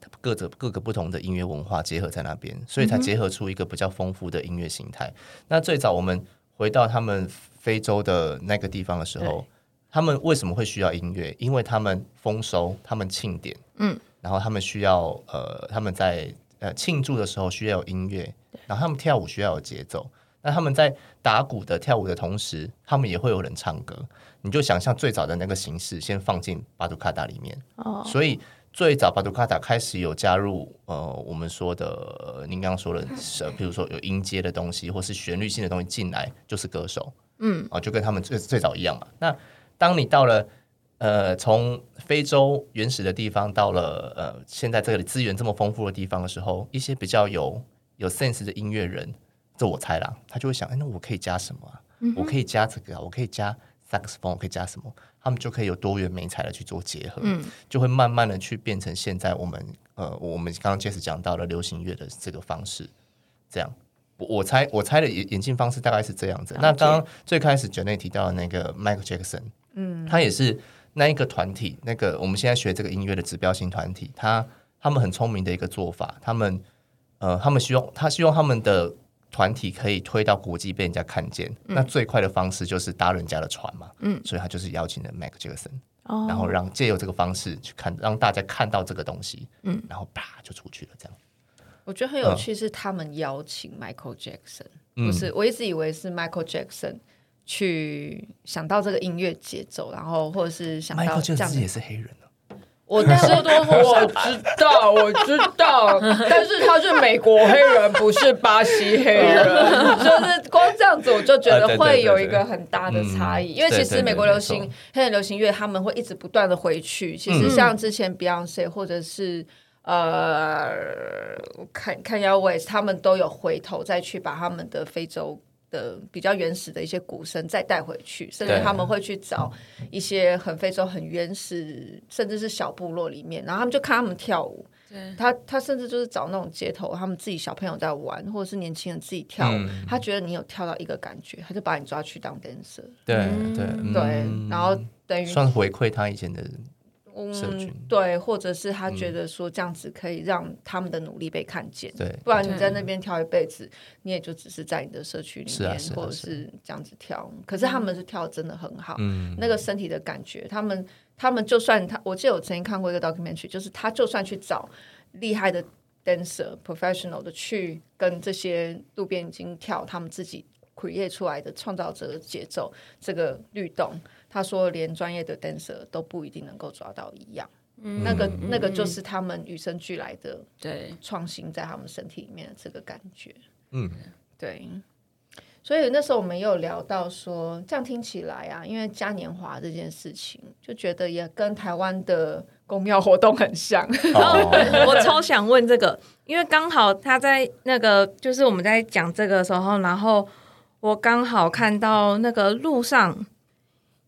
[SPEAKER 3] 它各个各个不同的音乐文化结合在那边，所以
[SPEAKER 2] 嗯
[SPEAKER 3] 才结合出一个比较丰富的音乐形态。那最早我们回到他们非洲的那个地方的时候，他们为什么会需要音乐？因为他们丰收，他们庆典，嗯，然后他们需要呃，他们在呃庆祝的时候需要有音乐，然后他们跳舞需要有节奏。那他们在打鼓的跳舞的同时，他们也会有人唱歌。你就想象最早的那个形式，先放进巴杜卡达里面。哦，所以最早巴杜卡达开始有加入呃，我们说的、呃您刚刚说的，呃，比如说有音阶的东西，或是旋律性的东西进来，就是歌手。嗯，啊、就跟他们最最早一样嘛。那当你到了呃，从非洲原始的地方到了呃，现在这里资源这么丰富的地方的时候，一些比较有有 sense 的音乐人，这我猜啦，他就会想，哎，那我可以加什么啊？我可以加这个啊，我可以加 saxophone，我可以加什么？他们就可以有多元美材的去做结合，就会慢慢的去变成现在我们呃，我们刚刚 Jess 讲到的流行乐的这个方式，这样。我我猜我猜的演演进方式大概是这样子。那刚刚最开始 j a n e 提到的那个 Michael Jackson，嗯，他也是那一个团体，那个我们现在学这个音乐的指标性团体，他他们很聪明的一个做法，他们呃，他们希望他希望他们的团体可以推到国际被人家看见，
[SPEAKER 1] 嗯
[SPEAKER 3] 那最快的方式就是搭人家的船嘛，嗯，所以他就是邀请了 Mac Jackson，、
[SPEAKER 2] 哦
[SPEAKER 3] 然后让借由这个方式去看，让大家看到这个东西，嗯，然后啪就出去了，这样，
[SPEAKER 1] 我觉得很有
[SPEAKER 3] 嗯
[SPEAKER 1] 趣，是他们邀请 Michael Jackson，、不是我一直以为是 Michael Jackson 去想到这个音乐节奏，然后或者是想到
[SPEAKER 3] Michael
[SPEAKER 1] 这
[SPEAKER 3] j
[SPEAKER 1] 样
[SPEAKER 3] a
[SPEAKER 1] 的
[SPEAKER 3] 也是黑人啊
[SPEAKER 1] 我知道，我知道，我知道，但是他是美国黑人，不是巴西黑人，就是光这样子，我就觉
[SPEAKER 3] 啊对
[SPEAKER 1] 得
[SPEAKER 3] 对
[SPEAKER 1] 会有
[SPEAKER 3] 对
[SPEAKER 1] 一个很大的差异。
[SPEAKER 3] 嗯
[SPEAKER 1] 因为其
[SPEAKER 3] 对对
[SPEAKER 1] 实
[SPEAKER 3] 对
[SPEAKER 1] 美国流
[SPEAKER 3] 没
[SPEAKER 1] 行
[SPEAKER 3] 错嗯
[SPEAKER 1] 黑人流行乐，他们会一直不断的回去。其实像之前 Beyonce 或者是呃，我看看 y a w e s 他们都有回头再去把他们的非洲。的比较原始的一些鼓声再带回去，甚至
[SPEAKER 3] 对
[SPEAKER 1] 他们会去找一些很非洲很原始，甚至是小部落里面，然后他们就看他们跳舞。他他甚至就是找那种街头，他们自己小朋友在玩，或者是年轻人自己跳舞。他觉得你有跳到一个感觉，他就把你抓去当 dancer。
[SPEAKER 3] 对对
[SPEAKER 1] 嗯
[SPEAKER 3] 嗯
[SPEAKER 1] 对，然后等于
[SPEAKER 3] 算回馈他以前的社群
[SPEAKER 1] 嗯，对，或者是他觉得说这样子可以让他们的努力被看见。
[SPEAKER 3] 对
[SPEAKER 1] 不然你在那边跳一辈子，你也就只是在你的社区里
[SPEAKER 3] 是啊
[SPEAKER 1] 面，
[SPEAKER 3] 是啊
[SPEAKER 1] 或者
[SPEAKER 3] 是
[SPEAKER 1] 是这样子跳。可是他们是跳的真的很好，
[SPEAKER 3] 嗯
[SPEAKER 1] 那个身体的感觉，他们他们就算他，我记得我曾经看过一个 documentary，就是他就算去找厉害的 dancer professional 的去跟这些路边已经跳他们自己 create 出来的创造者的节奏这个律动，他说连专业的 dancer 都不一定能够抓到一样。那个那
[SPEAKER 3] 嗯
[SPEAKER 1] 个就是他们与生俱来的
[SPEAKER 4] 对，
[SPEAKER 1] 创新在他们身体里面的这个感觉。
[SPEAKER 3] 嗯，
[SPEAKER 1] 对，所以那时候我们也有聊到说，这样听起来啊，因为嘉年华这件事情，就觉得也跟台湾的公庙活动很像。
[SPEAKER 3] 哦，
[SPEAKER 2] 我超想问这个，因为刚好他在那个，就是我们在讲这个时候，然后我刚好看到那个路上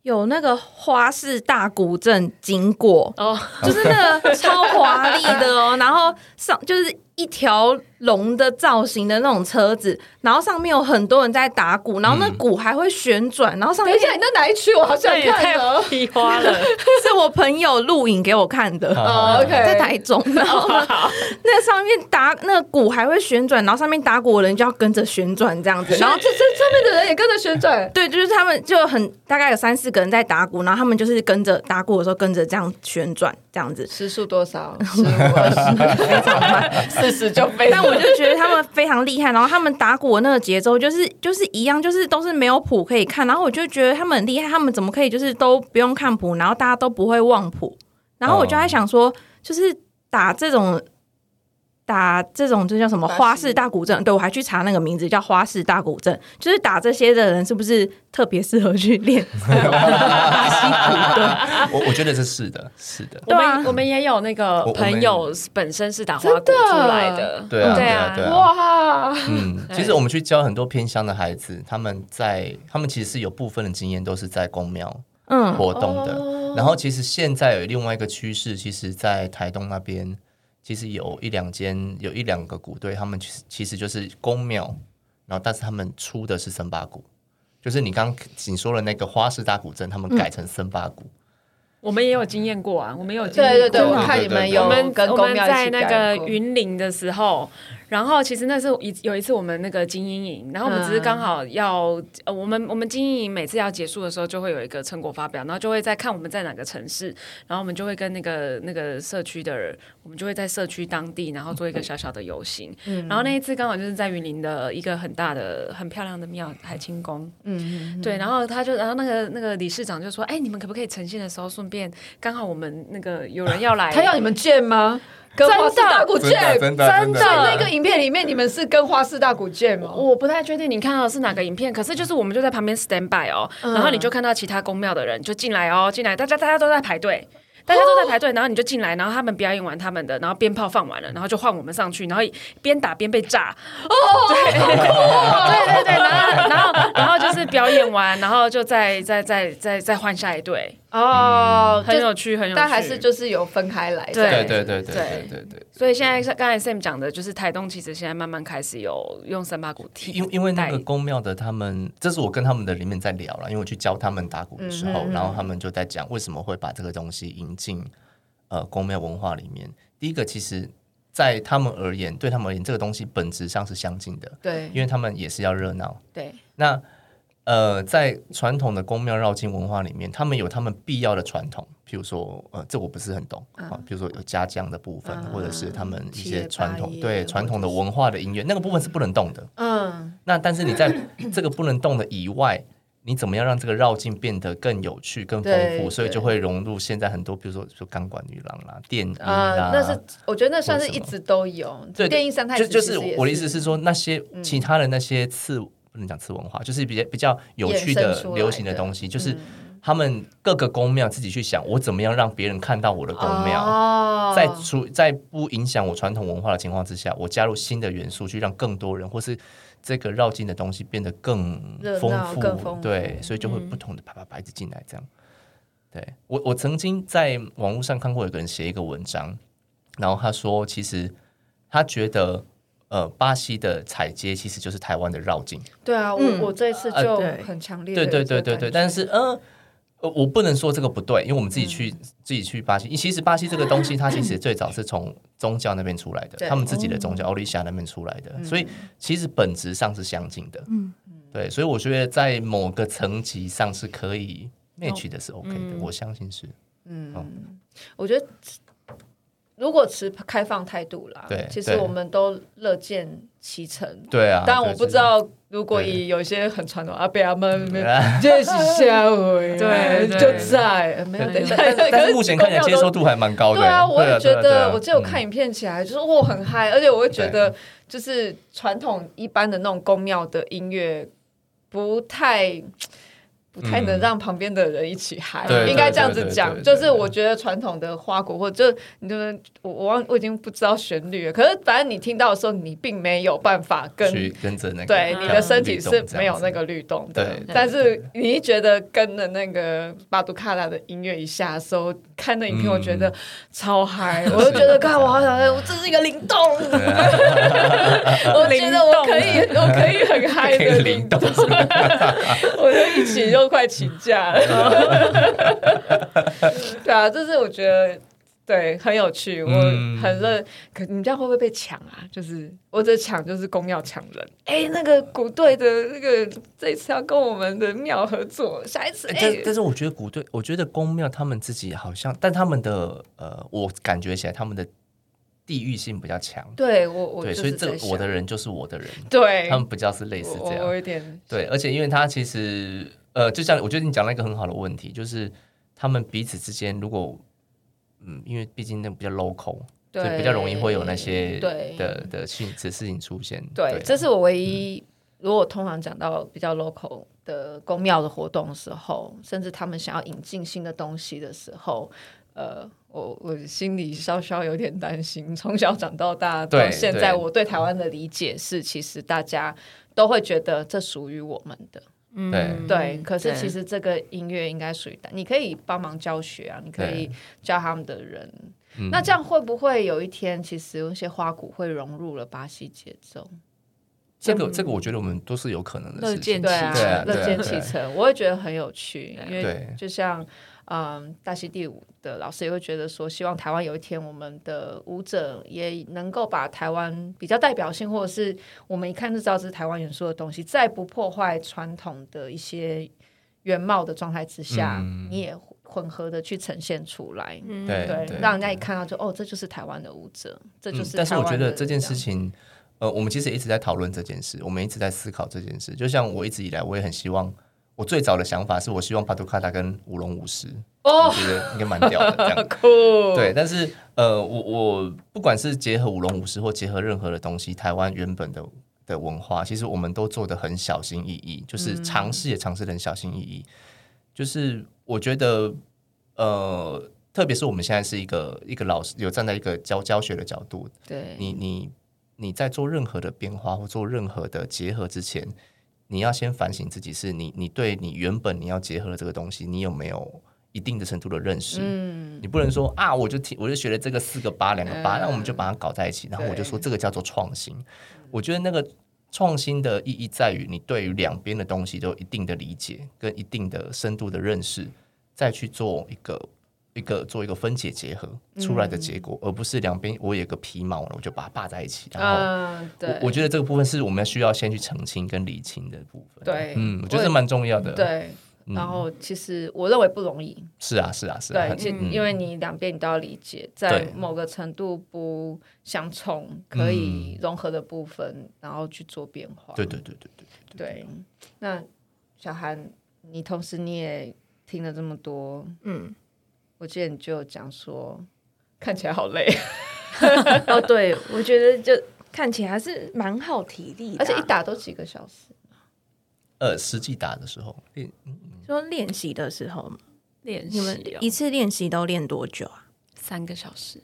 [SPEAKER 2] 有那个花式大古镇经过，
[SPEAKER 4] 哦，
[SPEAKER 2] 就是那个超华丽的哦， 然后上就是一条龙的造型的那种车子，然后上面有很多人在打鼓，然后那鼓还会旋转，然后上
[SPEAKER 1] 嗯等
[SPEAKER 2] 面
[SPEAKER 1] 一下，你那哪一区？我好想
[SPEAKER 4] 这也
[SPEAKER 1] 看
[SPEAKER 4] 太
[SPEAKER 1] 哦。
[SPEAKER 4] 皮花了，
[SPEAKER 2] 是我朋友录影给我看的。
[SPEAKER 1] 哦，OK，
[SPEAKER 2] 在台中，然后呢那上面打那个鼓还会旋转，然后上面打鼓的人就要跟着旋转这样子，然
[SPEAKER 1] 然后
[SPEAKER 2] 后
[SPEAKER 1] 这这上面的人也跟着旋转。
[SPEAKER 2] 对，就是他们就很大概有三四个人在打鼓，然后他们就是跟着打鼓的时候跟着这样旋转这样子，
[SPEAKER 1] 时速多少？ 十五、二十，非常慢，四十就非
[SPEAKER 2] 但我就觉得他们非常厉害，然后他们打鼓的那个节奏就是就是一样，就是都是没有谱可以看，然后我就觉得他们很厉害，他们怎么可以就是都不用看谱，然后大家都不会忘谱，然后我就在想说，就是打这种。打这种就叫什么
[SPEAKER 1] 花式
[SPEAKER 2] 花式大鼓阵，对我还去查那个名字叫花式大鼓阵，就是打这些的人是不是特别适合去 练？
[SPEAKER 3] 我我觉得这是的，是的，
[SPEAKER 4] 我
[SPEAKER 2] 对啊
[SPEAKER 4] 们我们也有那个
[SPEAKER 3] 我我们
[SPEAKER 4] 朋友本身是打花鼓
[SPEAKER 1] 真的
[SPEAKER 4] 出来的，
[SPEAKER 3] 对啊，
[SPEAKER 4] 对
[SPEAKER 3] 对
[SPEAKER 4] 啊
[SPEAKER 3] 啊，对啊。
[SPEAKER 1] 哇，
[SPEAKER 3] 嗯，
[SPEAKER 4] 对
[SPEAKER 3] 其实我们去教很多偏乡的孩子，他们在他们其实是有部分的经验都是在公庙
[SPEAKER 2] 嗯，
[SPEAKER 3] 活动的。
[SPEAKER 1] 哦
[SPEAKER 3] 然后其实现在有另外一个趋势，其实，在台东那边，其实有一两间有一两个鼓队，他们其实其实就是公庙，然后但是他们出的是森巴鼓，就是你刚你说的那个花式大鼓阵，他们改成森巴鼓。
[SPEAKER 4] 我们也有经验过啊，我们也有经验
[SPEAKER 1] 对对对，
[SPEAKER 3] 真
[SPEAKER 4] 过
[SPEAKER 3] 的哦
[SPEAKER 1] 我看你们有
[SPEAKER 4] 我们
[SPEAKER 1] 跟
[SPEAKER 4] 我
[SPEAKER 1] 公
[SPEAKER 4] 们
[SPEAKER 1] 庙一
[SPEAKER 4] 在
[SPEAKER 1] 起
[SPEAKER 4] 那
[SPEAKER 1] 改
[SPEAKER 4] 个
[SPEAKER 1] 过
[SPEAKER 4] 云林的时候，然后其实那是一有一次我们那个精英营，然后我们只是刚好要、呃，我们我们精英营每次要结束的时候就会有一个成果发表，然后就会在看我们在哪个城市，然后我们就会跟那个那个社区的人，我们就会在社区当地，然后做一个小小的游行。
[SPEAKER 1] 嗯
[SPEAKER 4] 然后那一次刚好就是在云林的一个很大的、很漂亮的庙海清宫，
[SPEAKER 1] 嗯，
[SPEAKER 4] 对，然后他就，然后那个那个理事长就说：“哎，你们可不可以呈现的时候顺便，刚好我们那个有人要来，
[SPEAKER 1] 他要你们见吗？跟
[SPEAKER 4] 真的
[SPEAKER 1] 花式大鼓见，
[SPEAKER 3] 真的真的真的
[SPEAKER 1] 所以那个影片里面你们是跟花式大鼓见吗？
[SPEAKER 4] 我不太确定你看到的是哪个影片，可是就是我们就在旁边 stand by 哦，
[SPEAKER 1] 嗯
[SPEAKER 4] 然后你就看到其他公庙的人就进来哦，进来，大家大家都在排队。大家都在排队，然后你就进来，然后他们表演完他们的，然后鞭炮放完了，然后就换我们上去，然后边打边被炸。哦，对，
[SPEAKER 1] 哦
[SPEAKER 4] 对对对，然后然后然后就是表演完，然后就再再再再再换下一队，嗯
[SPEAKER 1] 哦，
[SPEAKER 4] 很
[SPEAKER 1] 就
[SPEAKER 4] 有趣，很有趣。
[SPEAKER 1] 但还是就是有分开来
[SPEAKER 4] 对
[SPEAKER 3] 对
[SPEAKER 1] 的。
[SPEAKER 3] 对对对对
[SPEAKER 4] 对
[SPEAKER 3] 对对。
[SPEAKER 4] 所以现在像刚才 Sam 讲的，就是台东其实现在慢慢开始有用三八鼓替
[SPEAKER 3] 因因为那
[SPEAKER 4] 代
[SPEAKER 3] 个公庙的他们，这是我跟他们的里面在聊了，因为我去教他们打鼓的时候，然后他们就在讲为什么会把这个东西引进呃公庙文化里面。第一个，其实，在他们而言，对他们而言，这个东西本质上是相近的，
[SPEAKER 1] 对
[SPEAKER 3] 因为他们也是要热闹，
[SPEAKER 1] 对
[SPEAKER 3] 那呃，在传统的宫庙绕境文化里面，他们有他们必要的传统，譬如说，呃，这我不是很懂啊，譬如说有家将的部分，或者是他们一
[SPEAKER 1] 七爷
[SPEAKER 3] 些传
[SPEAKER 1] 八
[SPEAKER 3] 统
[SPEAKER 1] 爷
[SPEAKER 3] 对传统的文化的音乐，那个部分是不能动的。
[SPEAKER 1] 嗯，
[SPEAKER 3] 那但是你 在这个不能动的以外，你怎么样让这个绕境变得更有趣、更丰
[SPEAKER 1] 对
[SPEAKER 3] 富？所以
[SPEAKER 1] 对
[SPEAKER 3] 就会融入现在很多，比如说说钢管女郎啦、电音
[SPEAKER 1] 啊、
[SPEAKER 3] 啦，
[SPEAKER 1] 那是我觉得那算是
[SPEAKER 3] 或者
[SPEAKER 1] 一
[SPEAKER 3] 嗯什么
[SPEAKER 1] 直都有。
[SPEAKER 3] 对
[SPEAKER 1] 电音三太
[SPEAKER 3] 就
[SPEAKER 1] 子
[SPEAKER 3] 就
[SPEAKER 1] 其
[SPEAKER 3] 是
[SPEAKER 1] 实也嗯
[SPEAKER 3] 我的意思是说，那些其他的那些次、不能讲次文化，就是比较比较有趣
[SPEAKER 1] 衍
[SPEAKER 3] 的
[SPEAKER 1] 生出来的嗯
[SPEAKER 3] 流行的东西，就是他们各个宫庙自己去想，我怎么样让别人看到我的宫庙，
[SPEAKER 1] 哦，
[SPEAKER 3] 在除在不影响我传统文化的情况之下，我加入新的元素，去让更多人或是。这个绕境的东西变得更
[SPEAKER 1] 热闹
[SPEAKER 3] 丰富，
[SPEAKER 1] 更丰富嗯
[SPEAKER 3] 对，所以就会不同的啪啪啪一直进来，这样。对我，我曾经在网络上看过有个人写一个文章，然后他说，其实他觉得，呃，巴西的踩街其实就是台湾的绕境。
[SPEAKER 1] 对啊，我、
[SPEAKER 2] 嗯
[SPEAKER 1] 我这一次
[SPEAKER 3] 呃
[SPEAKER 1] 就
[SPEAKER 2] 对
[SPEAKER 1] 很强烈、
[SPEAKER 3] 对对对对对，，但是呃。呃我不能说这个不对，因为我们
[SPEAKER 1] 嗯
[SPEAKER 3] 自己去、自己去巴西，其实巴西这个东西，它其实最早是从宗教那边出来的，
[SPEAKER 1] 对哦嗯
[SPEAKER 3] 他们自己的宗教，欧利夏那边出来的，所以其实本质上是相近的。嗯，对，所以我觉得在某个层级上是可以 match 的，是 OK 的，
[SPEAKER 1] 哦嗯
[SPEAKER 3] 我相信是。
[SPEAKER 1] 我觉得如果持开放态度啦，
[SPEAKER 3] 对
[SPEAKER 1] 其实
[SPEAKER 3] 对
[SPEAKER 1] 我们都乐见其成。
[SPEAKER 3] 对啊，
[SPEAKER 1] 但我不知道， 如果以有些很传统阿伯阿们，
[SPEAKER 3] 嗯
[SPEAKER 1] 这是下 回
[SPEAKER 4] 对对
[SPEAKER 1] 就在呃没有
[SPEAKER 3] 对。
[SPEAKER 1] 等
[SPEAKER 3] 对
[SPEAKER 1] 一下，
[SPEAKER 3] 对 但是但是目前看起来
[SPEAKER 1] 公
[SPEAKER 3] 接
[SPEAKER 1] 庙都
[SPEAKER 3] 受度还蛮高的。
[SPEAKER 1] 对啊，我也觉
[SPEAKER 3] 对啊
[SPEAKER 1] 得，我记得我看影片起来，就是我很嗨，而且我会觉得，就是传统一般的那种宫庙的音乐不太。不太能让旁边的人一起嗨，
[SPEAKER 3] 对
[SPEAKER 1] 应该这样子
[SPEAKER 3] 对
[SPEAKER 1] 讲。
[SPEAKER 3] 对对对
[SPEAKER 1] 就
[SPEAKER 3] 对
[SPEAKER 1] 是我觉得传统的花国，或者就你就是我我忘我已经不知道旋律了，可是反正你听到的时候，你并没有办法跟
[SPEAKER 3] 去跟着那个
[SPEAKER 1] 对
[SPEAKER 4] 嗯
[SPEAKER 1] 你的身体是没有那
[SPEAKER 3] 个。
[SPEAKER 1] 个律动的。
[SPEAKER 3] 对对
[SPEAKER 1] 但是你一觉得跟着那个巴杜卡拉的音乐一下的时候，看那影片，
[SPEAKER 3] 嗯
[SPEAKER 1] 我觉得超 嗨，
[SPEAKER 3] 是
[SPEAKER 1] 我就觉得，看我好想，我这是一个灵 动，我觉得我可以，我可以很嗨
[SPEAKER 3] 可
[SPEAKER 1] 的
[SPEAKER 3] 以灵 动
[SPEAKER 1] 我就一起就快请 假了。对啊，就是我觉得。对，很有趣，我
[SPEAKER 3] 嗯
[SPEAKER 1] 很乐。可你这样会不会被抢啊？就是我这抢就是公要抢人。哎，那个鼓队的那个这次要跟我们的庙合作，下一次
[SPEAKER 3] 哎
[SPEAKER 1] 哎，
[SPEAKER 3] 但但是我觉得古队，我觉得宫庙他们自己好像，但他们的呃，我感觉起来他们的地域性比较强，
[SPEAKER 1] 对我我
[SPEAKER 3] 对，
[SPEAKER 1] 就是
[SPEAKER 3] 所以这
[SPEAKER 1] 在
[SPEAKER 3] 个
[SPEAKER 1] 想
[SPEAKER 3] 我的人就是我的人，
[SPEAKER 1] 对，
[SPEAKER 3] 他们比较是类似
[SPEAKER 1] 我
[SPEAKER 3] 这
[SPEAKER 1] 我我
[SPEAKER 3] 样，
[SPEAKER 1] 有点
[SPEAKER 3] 对，而且因为他其实呃，就像我觉得你讲了一个很好的问题，就是他们彼此之间如果嗯，因为毕竟那比较 local，所以
[SPEAKER 1] 对
[SPEAKER 3] 比较容易会有那些
[SPEAKER 1] 对
[SPEAKER 3] 的的性的事情出现，啊
[SPEAKER 1] 对，这是我唯一、如果通常讲到比较 local 的公庙的活动的时候，甚至他们想要引进新的东西的时候，呃，我我心里稍稍有点担心。 从小长到大
[SPEAKER 3] 对
[SPEAKER 1] 到现在，我对台湾的理解是，其实大家都会觉得这属于我们的。
[SPEAKER 2] 嗯
[SPEAKER 3] 对
[SPEAKER 1] 对，可是
[SPEAKER 4] 对
[SPEAKER 1] 其实这个音乐应该属于你可以帮忙教学啊，你可以教他们的人。那这样会不会有一天，其实有一些花鼓会融入了巴西节奏？
[SPEAKER 3] 这个这个我觉得我们都是有可能的
[SPEAKER 4] 乐
[SPEAKER 3] 事情
[SPEAKER 4] 见，
[SPEAKER 1] 对啊
[SPEAKER 4] 骑乘
[SPEAKER 3] 对啊，对啊
[SPEAKER 1] 乐见
[SPEAKER 3] 对
[SPEAKER 1] 其
[SPEAKER 3] 啊
[SPEAKER 1] 成，我会觉得很有趣，因为
[SPEAKER 3] 对
[SPEAKER 1] 就像嗯，大溪第五的老师也会觉得说，希望台湾有一天我们的舞者也能够把台湾比较代表性，或者是我们一看就知道这是台湾元素的东西，在不破坏传统的一些原貌的状态之下，
[SPEAKER 3] 嗯
[SPEAKER 1] 你也混合的去呈现出来。
[SPEAKER 2] 嗯
[SPEAKER 3] 对
[SPEAKER 1] 对，让人家一看到就哦，这就是台湾的舞者，这就是、
[SPEAKER 3] 嗯。但是我觉得这件事，情，呃，我们其实也一直在讨论这件事，我们一直在思考这件事。就像我一直以来，我也很希望，我最早的想法是我希望帕图卡塔跟舞龙舞狮，我
[SPEAKER 1] 哦，
[SPEAKER 3] 觉得应该蛮屌的这样。
[SPEAKER 1] 酷，
[SPEAKER 3] 对，但是呃，我我不管是结合舞龙舞狮或结合任何的东西，台湾原本的的文化，其实我们都做的很小心翼翼，
[SPEAKER 1] 嗯
[SPEAKER 3] 就是尝试也尝试的很小心翼翼。就是我觉得，呃，特别是我们现在是一个一个老师，有站在一个教教学的角度，
[SPEAKER 1] 对，
[SPEAKER 3] 你你你在做任何的变化或做任何的结合之前，你要先反省自己，是你你对你原本你要结合的这个东西，你有没有一定的程度的认识？
[SPEAKER 1] 嗯，
[SPEAKER 3] 你不能说啊，我就听我就学了这个四个八两个八，
[SPEAKER 1] 嗯
[SPEAKER 3] 那我们就把它搞在一起，然后我就
[SPEAKER 1] 对
[SPEAKER 3] 说这个叫做创新。我觉得那个创新的意义在于你对于两边的东西都有一定的理解跟一定的深度的认识，再去做一个一个做一个分解结合出来的结果，而不是两边我有个皮毛了我就把它霸在一起。然后
[SPEAKER 1] 嗯，
[SPEAKER 3] 我、
[SPEAKER 1] 对，
[SPEAKER 3] 我觉得这个部分是我们需要先去澄清跟理清的部分。
[SPEAKER 1] 对
[SPEAKER 3] 嗯，我觉
[SPEAKER 1] 我
[SPEAKER 3] 得
[SPEAKER 1] 也
[SPEAKER 3] 这蛮重要的。，
[SPEAKER 1] 对，
[SPEAKER 3] 嗯
[SPEAKER 1] 然后其实我认为不容易，
[SPEAKER 3] 是啊，是啊，是啊，
[SPEAKER 1] 对，
[SPEAKER 3] 很
[SPEAKER 1] 其
[SPEAKER 3] 嗯
[SPEAKER 1] 因为你两边你都要理解，在某个程度不相冲，可以融合的部分，然后去做变化。
[SPEAKER 3] 嗯对对对对对。
[SPEAKER 1] 对那小韩，你同时你也听了这么多，
[SPEAKER 2] 嗯，
[SPEAKER 1] 我记得你就有讲说。看起来好累，
[SPEAKER 2] 哦，对，我觉得就看起来还是蛮耗体力的啊，
[SPEAKER 1] 而且一打都几个小时。
[SPEAKER 3] 呃，实际打的时候，练
[SPEAKER 2] 说练习的时候嘛，
[SPEAKER 1] 哦
[SPEAKER 4] 练习
[SPEAKER 2] 你们
[SPEAKER 4] 哦
[SPEAKER 2] 一次练习都练多久啊？
[SPEAKER 4] 三个小时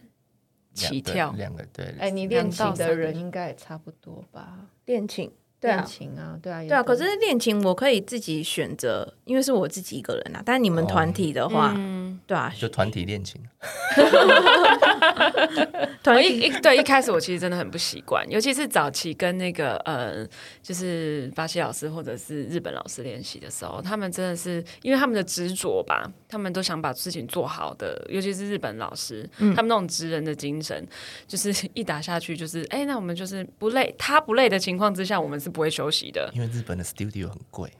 [SPEAKER 3] 两
[SPEAKER 4] 起
[SPEAKER 3] 对
[SPEAKER 4] 跳，
[SPEAKER 3] 两个对，
[SPEAKER 1] 哎，你练琴
[SPEAKER 4] 两到三
[SPEAKER 1] 的
[SPEAKER 4] 个
[SPEAKER 1] 人应该也差不多吧？
[SPEAKER 2] 练琴，对啊
[SPEAKER 1] 练，琴啊，对啊，
[SPEAKER 2] 对啊。
[SPEAKER 1] 也
[SPEAKER 2] 可是练琴我可以自己选择，因为是我自己一个人啊。但你们
[SPEAKER 3] 哦
[SPEAKER 2] 团体的话，
[SPEAKER 4] 嗯，
[SPEAKER 2] 对啊，
[SPEAKER 3] 就团体练琴，
[SPEAKER 4] 我
[SPEAKER 2] 团
[SPEAKER 4] 一
[SPEAKER 2] 体
[SPEAKER 4] 一对一开始我其实真的很不习惯，尤其是早期跟那个呃，就是巴西老师或者是日本老师练习的时候，他们真的是因为他们的执着吧，他们都想把事情做好的，尤其是日本老师，他们那种职人的精神，就是 一打下去就是，哎、那我们就是不累，他不累的情况之下，我们是不会休息的。
[SPEAKER 3] 因为日本的 studio 很贵，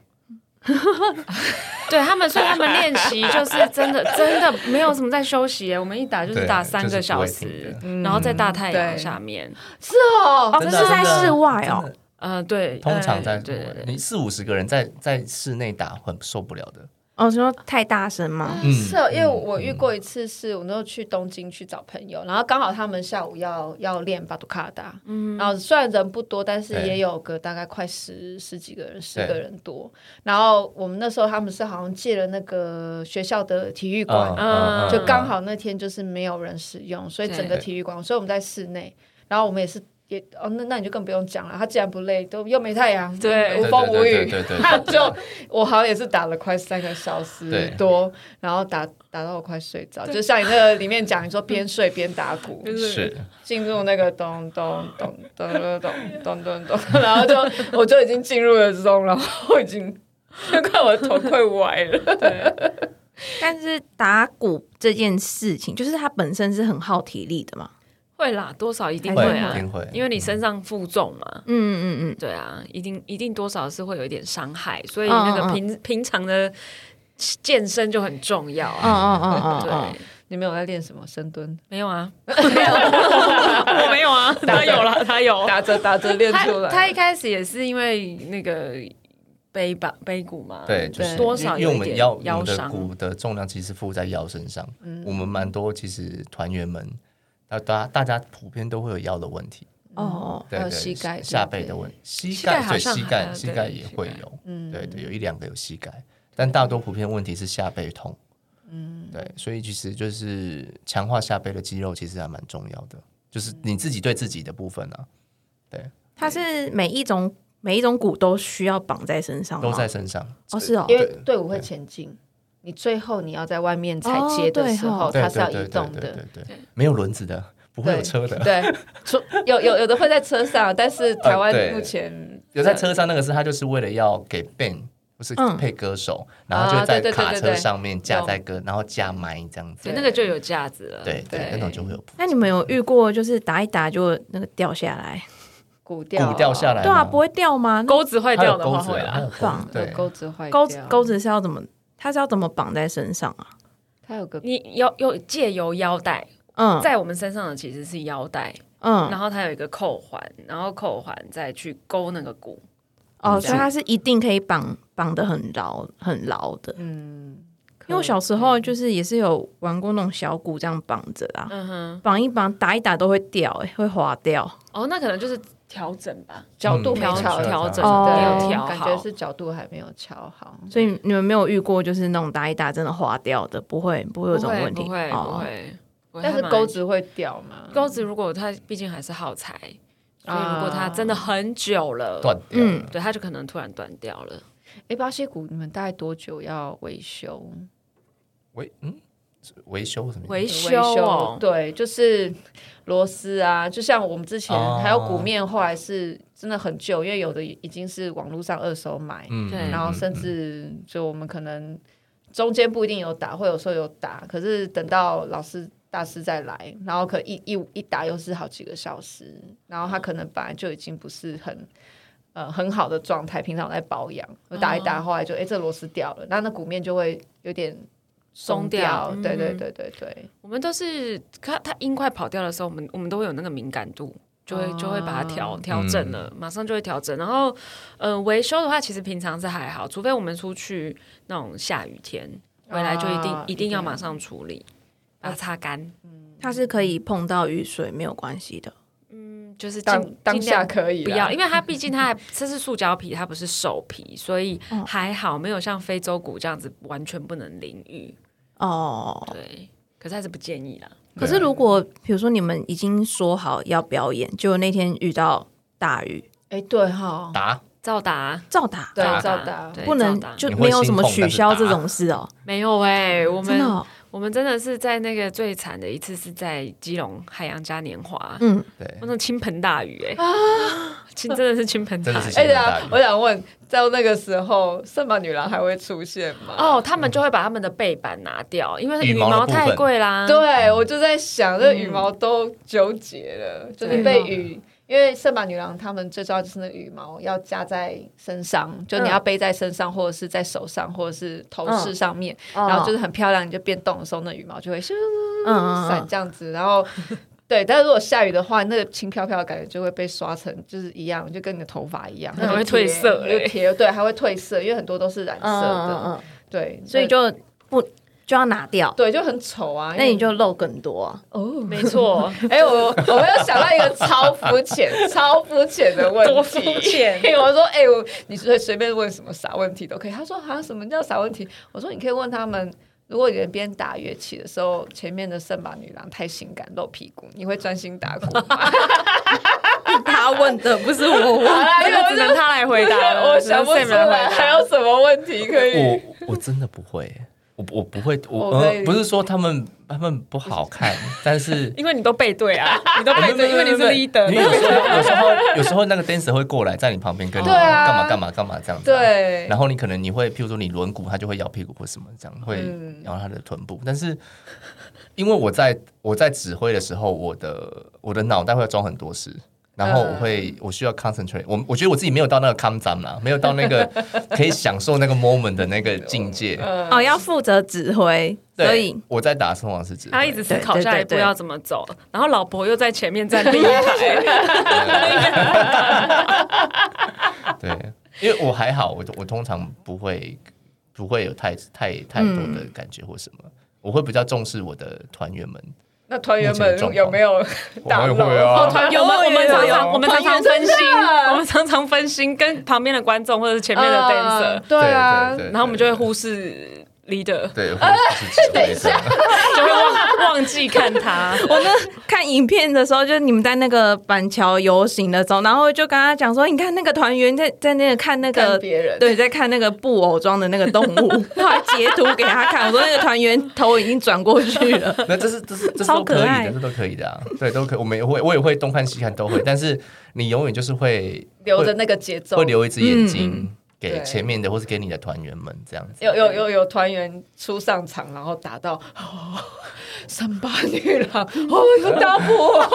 [SPEAKER 4] 对他们，所以他们练习就是真的真的没有什么在休息耶，我们一打就是
[SPEAKER 3] 对
[SPEAKER 4] 打
[SPEAKER 3] 就
[SPEAKER 4] 三
[SPEAKER 3] 是
[SPEAKER 4] 个
[SPEAKER 3] 不
[SPEAKER 4] 小
[SPEAKER 3] 会
[SPEAKER 4] 时
[SPEAKER 3] 停，
[SPEAKER 2] 嗯
[SPEAKER 4] 然后在大太阳
[SPEAKER 1] 对
[SPEAKER 4] 下面。
[SPEAKER 1] 哦，
[SPEAKER 2] 哦，
[SPEAKER 3] 真
[SPEAKER 2] 是
[SPEAKER 3] 的
[SPEAKER 2] 在
[SPEAKER 3] 真的
[SPEAKER 2] 室外哦
[SPEAKER 3] 真，的
[SPEAKER 4] 呃，对，
[SPEAKER 3] 通常
[SPEAKER 4] 呃
[SPEAKER 3] 在
[SPEAKER 4] 对对对，
[SPEAKER 3] 你四五十个人在在室内打很受不了的，
[SPEAKER 2] 哦，说太大声吗？
[SPEAKER 3] 嗯
[SPEAKER 1] 是哦，因为
[SPEAKER 3] 嗯
[SPEAKER 1] 我遇过一次是，我那时候去东京去找朋友，然后刚好他们下午要要练巴杜卡达，嗯，然后虽然人不多，但是
[SPEAKER 3] 对
[SPEAKER 1] 也有个大概快十十几个人，十个人多。然后我们那时候他们是好像借了那个学校的体育馆，
[SPEAKER 4] 嗯
[SPEAKER 1] 就刚好那天就是没有人使用，所以整个
[SPEAKER 3] 对
[SPEAKER 1] 体育馆，所以我们在室内，然后我们也是也哦，那那你就更不用讲了，他既然不累，都又没太阳，
[SPEAKER 4] 对
[SPEAKER 1] 无风无
[SPEAKER 3] 对
[SPEAKER 1] 雨
[SPEAKER 3] 对对对对，
[SPEAKER 1] 他就我好像也是打了快三个小
[SPEAKER 3] 对
[SPEAKER 1] 时多，然后打打到我快睡着，就像你那个里面讲，你说边睡边打 鼓，
[SPEAKER 3] 是
[SPEAKER 1] 进入那个咚咚咚咚咚咚咚咚咚， 然后就我就已经进入了中，然后我已经 就看我头快歪了。
[SPEAKER 2] 但是打鼓这件事情，就是它本身是很耗体力的嘛。
[SPEAKER 4] 会啦，多少一定
[SPEAKER 3] 会
[SPEAKER 4] 会
[SPEAKER 3] 一
[SPEAKER 4] 啊，
[SPEAKER 3] 定会
[SPEAKER 4] 因为你身上负重嘛。
[SPEAKER 2] 嗯嗯嗯，
[SPEAKER 4] 对啊，一定一定多少是会有一点伤害，所以
[SPEAKER 2] 嗯嗯
[SPEAKER 4] 那个
[SPEAKER 2] 嗯
[SPEAKER 4] 平平常的健身就很重要
[SPEAKER 2] 嗯嗯
[SPEAKER 4] 啊。
[SPEAKER 2] 嗯嗯嗯
[SPEAKER 4] 对，，
[SPEAKER 1] 你们有在练什么深蹲？
[SPEAKER 4] 没有 啊，我没有啊，他有了，他 有。
[SPEAKER 1] 打着打着练
[SPEAKER 4] 他
[SPEAKER 1] 出来。
[SPEAKER 4] 他一开始也是因为那个背吧背骨嘛，
[SPEAKER 3] 对，就是
[SPEAKER 4] 多少
[SPEAKER 3] 因为
[SPEAKER 4] 有
[SPEAKER 3] 我
[SPEAKER 4] 一
[SPEAKER 3] 们
[SPEAKER 4] 点
[SPEAKER 3] 腰我
[SPEAKER 4] 腰
[SPEAKER 3] 们的
[SPEAKER 4] 伤，嗯
[SPEAKER 3] 骨的重量其实负在腰身上，我们蛮多其实团员们，大大大家普遍都会有腰的问题，
[SPEAKER 2] 哦，
[SPEAKER 3] 对
[SPEAKER 1] 还
[SPEAKER 3] 对，
[SPEAKER 1] 有膝盖
[SPEAKER 3] 下
[SPEAKER 1] 对
[SPEAKER 3] 背的
[SPEAKER 1] 对
[SPEAKER 3] 问，膝
[SPEAKER 4] 膝盖
[SPEAKER 3] 盖
[SPEAKER 4] 好
[SPEAKER 3] 对
[SPEAKER 4] 像
[SPEAKER 3] 膝
[SPEAKER 4] 还
[SPEAKER 3] 盖
[SPEAKER 4] 好
[SPEAKER 3] 膝
[SPEAKER 4] 对
[SPEAKER 3] 盖也
[SPEAKER 4] 膝
[SPEAKER 3] 会
[SPEAKER 4] 盖
[SPEAKER 3] 有，
[SPEAKER 1] 嗯
[SPEAKER 3] 对对，有一两个有膝盖，但大多普遍问题是下背痛，嗯，对，所以其实就是强化下背的肌肉其实还蛮重要的，就是你自己对自己的部分啊，
[SPEAKER 2] 它是每一种每一种鼓都需要绑在身上吗，
[SPEAKER 3] 都在身上，
[SPEAKER 2] 哦是哦，
[SPEAKER 1] 因为队伍会前进，你最后你要在外面踩街的时候，
[SPEAKER 2] 哦
[SPEAKER 3] 对
[SPEAKER 1] 它是
[SPEAKER 3] 对
[SPEAKER 1] 要
[SPEAKER 3] 对
[SPEAKER 1] 移
[SPEAKER 3] 对
[SPEAKER 1] 动
[SPEAKER 3] 对
[SPEAKER 1] 的。
[SPEAKER 3] 对对，没有轮子的，不会有车的，呃
[SPEAKER 1] 对，除有有有的会在车上，但是台湾
[SPEAKER 3] 对
[SPEAKER 1] 目前
[SPEAKER 3] 有在车上那个是他就是为了要给 band 不是
[SPEAKER 2] 嗯
[SPEAKER 3] 配歌手，然后
[SPEAKER 1] 啊
[SPEAKER 3] 就在
[SPEAKER 1] 对对对
[SPEAKER 3] 卡
[SPEAKER 1] 对
[SPEAKER 3] 车
[SPEAKER 1] 对
[SPEAKER 3] 上面架在歌，然后架麦这样子
[SPEAKER 4] 对，那个就有架子了。
[SPEAKER 3] 对对，那种就会有
[SPEAKER 2] 那你们有遇过就是打一打就那个掉下来？
[SPEAKER 1] 骨掉
[SPEAKER 3] 鼓掉下来吗，
[SPEAKER 2] 对啊，不会掉吗？
[SPEAKER 4] 钩子坏
[SPEAKER 3] 它有
[SPEAKER 4] 掉的
[SPEAKER 3] 钩
[SPEAKER 4] 话
[SPEAKER 3] 子
[SPEAKER 4] 会
[SPEAKER 3] 啊，它
[SPEAKER 4] 啦，
[SPEAKER 3] 有钩
[SPEAKER 2] 绑
[SPEAKER 3] 子，
[SPEAKER 1] 有
[SPEAKER 3] 对，
[SPEAKER 1] 呃钩子坏掉，
[SPEAKER 2] 钩子钩子是要怎么？它是要怎么绑在身上啊？
[SPEAKER 1] 它有个
[SPEAKER 4] 你腰有借由腰带，
[SPEAKER 2] 嗯
[SPEAKER 4] 在我们身上的其实是腰带，然
[SPEAKER 2] 嗯
[SPEAKER 4] 后它有一个扣环，然后扣环再去勾那个骨，
[SPEAKER 2] 哦，所以它是一定可以绑绑得很牢很牢的。
[SPEAKER 1] 嗯，
[SPEAKER 2] 因为我小时候就是也是有玩过那种小鼓这样绑着啊，
[SPEAKER 4] 嗯哼，
[SPEAKER 2] 绑一绑打一打都会掉、欸，会滑掉。
[SPEAKER 4] 哦，那可能就是调整吧，
[SPEAKER 1] 角度
[SPEAKER 3] 嗯
[SPEAKER 1] 没
[SPEAKER 4] 调
[SPEAKER 1] 调
[SPEAKER 4] 调整
[SPEAKER 2] 哦
[SPEAKER 4] 没
[SPEAKER 1] 对，
[SPEAKER 4] 有调
[SPEAKER 1] 感
[SPEAKER 4] 好，
[SPEAKER 1] 觉是角度还没有调好，
[SPEAKER 2] 所以你们没有遇过就是那种打一打真的滑掉的，不会不会有这
[SPEAKER 4] 不
[SPEAKER 2] 种
[SPEAKER 4] 会
[SPEAKER 2] 问题
[SPEAKER 4] 不会不
[SPEAKER 2] 哦。
[SPEAKER 4] 会，不会
[SPEAKER 1] 但是
[SPEAKER 4] 还蛮
[SPEAKER 1] 钩子会掉嘛？
[SPEAKER 4] 钩子如果它毕竟还是耗材，所以如果它真的很久了，
[SPEAKER 3] 断掉了，
[SPEAKER 4] 对，它就可能突然断掉了。
[SPEAKER 1] 哎，巴西鼓你们大概多久要维修？
[SPEAKER 3] 维嗯是维修什么意思？
[SPEAKER 4] 维
[SPEAKER 1] 维
[SPEAKER 4] 修哦，
[SPEAKER 1] 对，就是螺丝啊，就像我们之前
[SPEAKER 3] 哦
[SPEAKER 1] 还有鼓面，后来是真的很旧，因为有的已经是网络上二手买，
[SPEAKER 3] 嗯
[SPEAKER 4] 对
[SPEAKER 3] 嗯
[SPEAKER 1] 然后
[SPEAKER 3] 嗯
[SPEAKER 1] 甚
[SPEAKER 3] 嗯
[SPEAKER 1] 至就我们可能中间不一定有打，会有时候有打，可是等到老师大师再来，然后可一一一打又是好几个小时，然后他可能本来就已经不是很。呃，很好的状态，平常有在保养，
[SPEAKER 4] 嗯
[SPEAKER 1] 我打一打，后来就哎、诶这螺丝掉了，那那鼓面就会有点松
[SPEAKER 4] 松掉
[SPEAKER 1] 对对
[SPEAKER 4] 嗯
[SPEAKER 1] 对对对，
[SPEAKER 4] 我们都是它它音快跑掉的时候，我们我们都会有那个敏感度。就
[SPEAKER 1] 哦
[SPEAKER 4] 会就会把它
[SPEAKER 1] 嗯
[SPEAKER 4] 调调整了，马上就会调整。然后，呃，维修的话，其实平常是还好，除非我们出去那种下雨天，回来就一定、
[SPEAKER 1] 啊
[SPEAKER 4] 一
[SPEAKER 1] 一定
[SPEAKER 4] 定要
[SPEAKER 1] 要
[SPEAKER 4] 马上处理，把它擦干，
[SPEAKER 2] 它是可以碰到雨水没有关系的。
[SPEAKER 4] 就是尽
[SPEAKER 1] 嗯当当
[SPEAKER 4] 尽量
[SPEAKER 1] 下啊可以
[SPEAKER 4] 不
[SPEAKER 1] 啦
[SPEAKER 4] 要，因为它毕竟它还它是塑胶皮，它不是兽皮，所以
[SPEAKER 1] 嗯
[SPEAKER 4] 还好没有像非洲鼓这样子完全不能淋浴。
[SPEAKER 2] 哦，
[SPEAKER 4] 对，可是还是不建议啦。
[SPEAKER 2] 可是如果比如说你们已经说好要表演，结果那天遇到大雨，
[SPEAKER 1] 哎，对哈，
[SPEAKER 3] 打
[SPEAKER 4] 照打，啊
[SPEAKER 2] 照打，
[SPEAKER 1] 对
[SPEAKER 4] 照
[SPEAKER 1] 照打
[SPEAKER 4] 对
[SPEAKER 2] 不能
[SPEAKER 4] 照打
[SPEAKER 2] 就
[SPEAKER 3] 你会
[SPEAKER 2] 没有什
[SPEAKER 3] 心
[SPEAKER 2] 么
[SPEAKER 3] 痛
[SPEAKER 2] 取
[SPEAKER 3] 但是
[SPEAKER 2] 消
[SPEAKER 3] 打
[SPEAKER 2] 这种事哦，
[SPEAKER 4] 没有哎、我
[SPEAKER 2] 真
[SPEAKER 4] 们、
[SPEAKER 2] 的哦，
[SPEAKER 4] 我们真的是在那个最惨的一次是在基隆海洋嘉年华，
[SPEAKER 2] 嗯，
[SPEAKER 3] 对
[SPEAKER 4] 那种倾盆大雨哎、倾真的是倾盆大
[SPEAKER 3] 真的是
[SPEAKER 4] 雨。
[SPEAKER 3] 倾
[SPEAKER 1] 哎，
[SPEAKER 3] 哎
[SPEAKER 1] 对
[SPEAKER 3] 对啊
[SPEAKER 1] 啊，我想问，到那个时候，圣马女郎还会出现吗？
[SPEAKER 4] 哦，他们就会把他们的背板拿掉，因为
[SPEAKER 3] 羽
[SPEAKER 4] 羽
[SPEAKER 3] 毛的
[SPEAKER 4] 毛
[SPEAKER 3] 部分
[SPEAKER 4] 太贵啦。
[SPEAKER 2] 啊
[SPEAKER 1] 对，我就在想，这羽
[SPEAKER 2] 嗯
[SPEAKER 1] 毛都纠结了，就是被雨。因为圣马女郎他们最重要就是那个羽毛要夹在身上，
[SPEAKER 2] 嗯
[SPEAKER 1] 就你要背在身上，或者是在手上，或者是头饰上面，然后就是很漂亮，你就变动的时候，那羽毛就会咻
[SPEAKER 2] 哦嗯嗯
[SPEAKER 1] 散
[SPEAKER 2] 嗯，
[SPEAKER 1] 这样子，然后对，但是如果下雨的话，那个轻飘飘的感觉就会被刷成就是一样，
[SPEAKER 2] 嗯
[SPEAKER 1] 就跟你的头发一样，
[SPEAKER 4] 那还会
[SPEAKER 1] 就贴
[SPEAKER 4] 褪色欸
[SPEAKER 1] 就贴对，还会褪色，因为很多都是染色
[SPEAKER 2] 嗯嗯
[SPEAKER 1] 的，
[SPEAKER 2] 嗯嗯
[SPEAKER 1] 对，
[SPEAKER 2] 所以就不就要拿掉，
[SPEAKER 1] 对就很丑啊。
[SPEAKER 2] 那你
[SPEAKER 1] 就
[SPEAKER 2] 就漏更多啊、
[SPEAKER 1] 哦，
[SPEAKER 4] 没错，
[SPEAKER 1] 哎、我我没有想到一个超肤 浅、超肤浅的问题，
[SPEAKER 4] 多肤浅
[SPEAKER 1] 我说，哎、我你随随便问什么傻问题都可以。他说，好、像什么叫傻问题？我说，你可以问他们，如果你边打乐器的时候，前面的圣马女郎太性感露屁股，你会专心打鼓 吗？
[SPEAKER 4] 他问的不是我问，这个只能他来回答 了，
[SPEAKER 1] 我想不
[SPEAKER 4] 只
[SPEAKER 1] 出
[SPEAKER 4] 能 Sam 来
[SPEAKER 1] 来
[SPEAKER 4] 回
[SPEAKER 1] 还
[SPEAKER 4] 答。
[SPEAKER 1] 有什么问题可以。
[SPEAKER 3] 我我真的不会，我我不会，我
[SPEAKER 1] 我可以
[SPEAKER 3] 呃不是说他们他们不好看，但是
[SPEAKER 4] 因为你都背对 啊，你都背对，因为你是
[SPEAKER 3] 因
[SPEAKER 4] leader，
[SPEAKER 3] 为有时候有时候有时候那个 dancer 会过来在你旁边跟你
[SPEAKER 1] 对啊
[SPEAKER 3] 干嘛干嘛干嘛这样子啊，
[SPEAKER 1] 对
[SPEAKER 3] 然后你可能你会，譬如说你轮骨，它就会摇屁股或什么，这样会
[SPEAKER 1] 嗯
[SPEAKER 3] 摇它的臀部。但是因为我在我在指挥的时候，我的我的脑袋会装很多事，然后我会、
[SPEAKER 4] 嗯
[SPEAKER 3] 我需要 concentrate，我我觉得我自己没有到那个 calm down 啦，没有到那个 可以享受那个 moment 的那个境界。
[SPEAKER 4] 嗯
[SPEAKER 1] 嗯
[SPEAKER 2] 哦，要负责指挥，
[SPEAKER 3] 对
[SPEAKER 2] 所以
[SPEAKER 3] 我在打宋王是指挥，
[SPEAKER 4] 他一直思考下一步
[SPEAKER 2] 对对对
[SPEAKER 4] 要怎么走，然后老婆又在前面站 立牌，
[SPEAKER 3] 对，因为我还好，我我通常不会不会有太太太多的
[SPEAKER 4] 嗯
[SPEAKER 3] 感觉或什么，我会比较重视我们的团员们。
[SPEAKER 1] 那团员
[SPEAKER 3] 目前的
[SPEAKER 1] 们
[SPEAKER 3] 状况
[SPEAKER 1] 有没有 打
[SPEAKER 3] 我
[SPEAKER 1] 漏？
[SPEAKER 3] 也会啊
[SPEAKER 1] 哦团
[SPEAKER 4] 有吗？我们常常我们常常分心，
[SPEAKER 1] 的
[SPEAKER 4] 我们常常分心跟旁边的观众或者是前面的
[SPEAKER 1] 啊
[SPEAKER 4] dancer，
[SPEAKER 1] 对啊，
[SPEAKER 3] 对对对
[SPEAKER 4] 然后我们就会忽视 leader，
[SPEAKER 3] 对，或者是指挥这样
[SPEAKER 4] 就会忘忘记 看他。
[SPEAKER 2] 我那看影片的时候，就是你们在那个板桥游行的时候，然后就跟他讲说，你看那个团员在在那个看那
[SPEAKER 1] 看
[SPEAKER 2] 个
[SPEAKER 1] 别人
[SPEAKER 2] 对，在看那个布偶装的那个 动物，然后还截图给他看，我说那个团员头已经转过去了，
[SPEAKER 3] 那这是这是这是
[SPEAKER 2] 超
[SPEAKER 3] 都
[SPEAKER 2] 可
[SPEAKER 3] 可以
[SPEAKER 2] 爱
[SPEAKER 3] 的，这都可以的啊，对，都可以。我们也会我也会东看西看都会，但是你永远就是会
[SPEAKER 1] 留着那个节奏
[SPEAKER 3] 会。留一只眼
[SPEAKER 2] 嗯
[SPEAKER 3] 睛给
[SPEAKER 1] 对
[SPEAKER 3] 前面的或是给你的团员们这样子。
[SPEAKER 1] 有有有有团员初上场，然后打到哦，三八女郎，哦，有打破，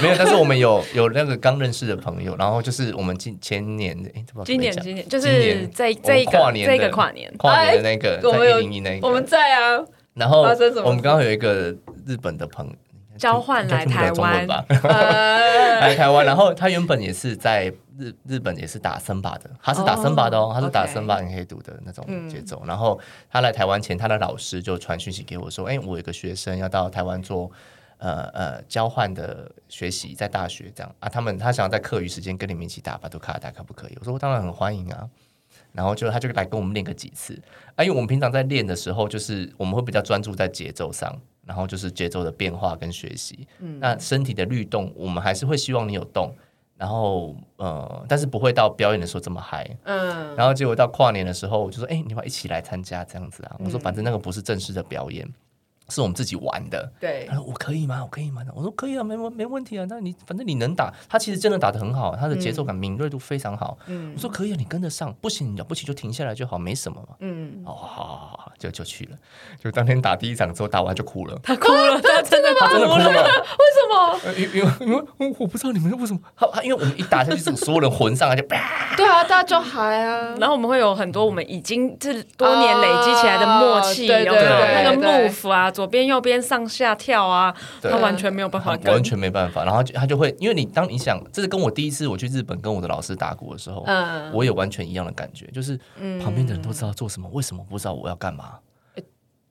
[SPEAKER 3] 没有，但是我们有有那个刚认识的朋友，然后就是我们今前年哎，这不知道
[SPEAKER 4] 今年
[SPEAKER 3] 怎么讲
[SPEAKER 4] 今年就
[SPEAKER 3] 今
[SPEAKER 4] 是
[SPEAKER 3] 年
[SPEAKER 4] 在
[SPEAKER 3] 我们
[SPEAKER 4] 这一
[SPEAKER 3] 跨
[SPEAKER 4] 个
[SPEAKER 3] 年
[SPEAKER 4] 这一个
[SPEAKER 3] 的
[SPEAKER 4] 跨年，
[SPEAKER 3] 跨年的那个
[SPEAKER 1] 我们
[SPEAKER 3] 在
[SPEAKER 1] 有
[SPEAKER 3] 一零一那一
[SPEAKER 1] 我
[SPEAKER 3] 个
[SPEAKER 1] 们，在啊，
[SPEAKER 3] 然后
[SPEAKER 1] 发生什么事
[SPEAKER 3] 我们刚好有一个日本的朋友
[SPEAKER 4] 交换来
[SPEAKER 3] 应该
[SPEAKER 4] 台
[SPEAKER 3] 听不了中文
[SPEAKER 4] 湾，
[SPEAKER 3] 吧，
[SPEAKER 1] 呃，
[SPEAKER 3] 来台湾，然后他原本也是在日日本也是打森巴的，他是打森巴的哦，他是打
[SPEAKER 1] OK
[SPEAKER 3] 森巴很黑毒的那种
[SPEAKER 4] 嗯
[SPEAKER 3] 节奏。然后他来台湾前，他的老师就传讯息给我说：“哎、我有一个学生要到台湾做呃呃交换的学习，在大学这样啊，他们他想要在课余时间跟你们一起打巴杜卡打，可不可以？”我说：“我当然很欢迎啊。”然后就他就来跟我们练个几次，啊，因为我们平常在练的时候，就是我们会比较专注在节奏上，然后就是节奏的变化跟学习。那身体的律动，我们还是会希望你有动，然后呃，但是不会到表演的时候这么嗨。
[SPEAKER 1] 嗯，
[SPEAKER 3] 然后结果到跨年的时候，我就说，哎、你要不要一起来参加这样子啊？我说，反正那个不是正式的表演，是我们自己玩的。
[SPEAKER 1] 对
[SPEAKER 3] 他，说我可以吗？我可以吗？我说可以啊，没问没问题啊。那你反正你能打，他其实
[SPEAKER 4] 嗯
[SPEAKER 3] 真的打得很好，他的节奏感、敏锐度非常好。我说可以啊，你跟得上，不行了不起就停下来就好，没什么嘛。
[SPEAKER 1] 嗯，
[SPEAKER 3] 哦，好好好好好，就就去了。就当天打第一场之后，打完就哭了，
[SPEAKER 4] 他 哭了，他真的
[SPEAKER 3] 他真的哭了。
[SPEAKER 1] 为什么？
[SPEAKER 3] 呃因因为因为我我不知道你们为什么，他他因为我们一打下去，所有人魂上来就 啪，
[SPEAKER 1] 对啊，大家就嗨啊，
[SPEAKER 4] 然后我们会有很多我们已经这多年累积起来的默契，
[SPEAKER 1] 啊对
[SPEAKER 4] 有没有
[SPEAKER 3] 对
[SPEAKER 4] 那个
[SPEAKER 1] 对对
[SPEAKER 4] move 啊，左边右边上下跳啊，
[SPEAKER 3] 对
[SPEAKER 4] 他完全没有办法跟，
[SPEAKER 3] 完全没办法。然后他就他就会，因为你当你想，这是跟我第一次我去日本跟我的老师打鼓的时候，
[SPEAKER 1] 嗯
[SPEAKER 3] 我有完全一样的感觉，就是旁边的人都知道做什么，为什么不知道我要干嘛？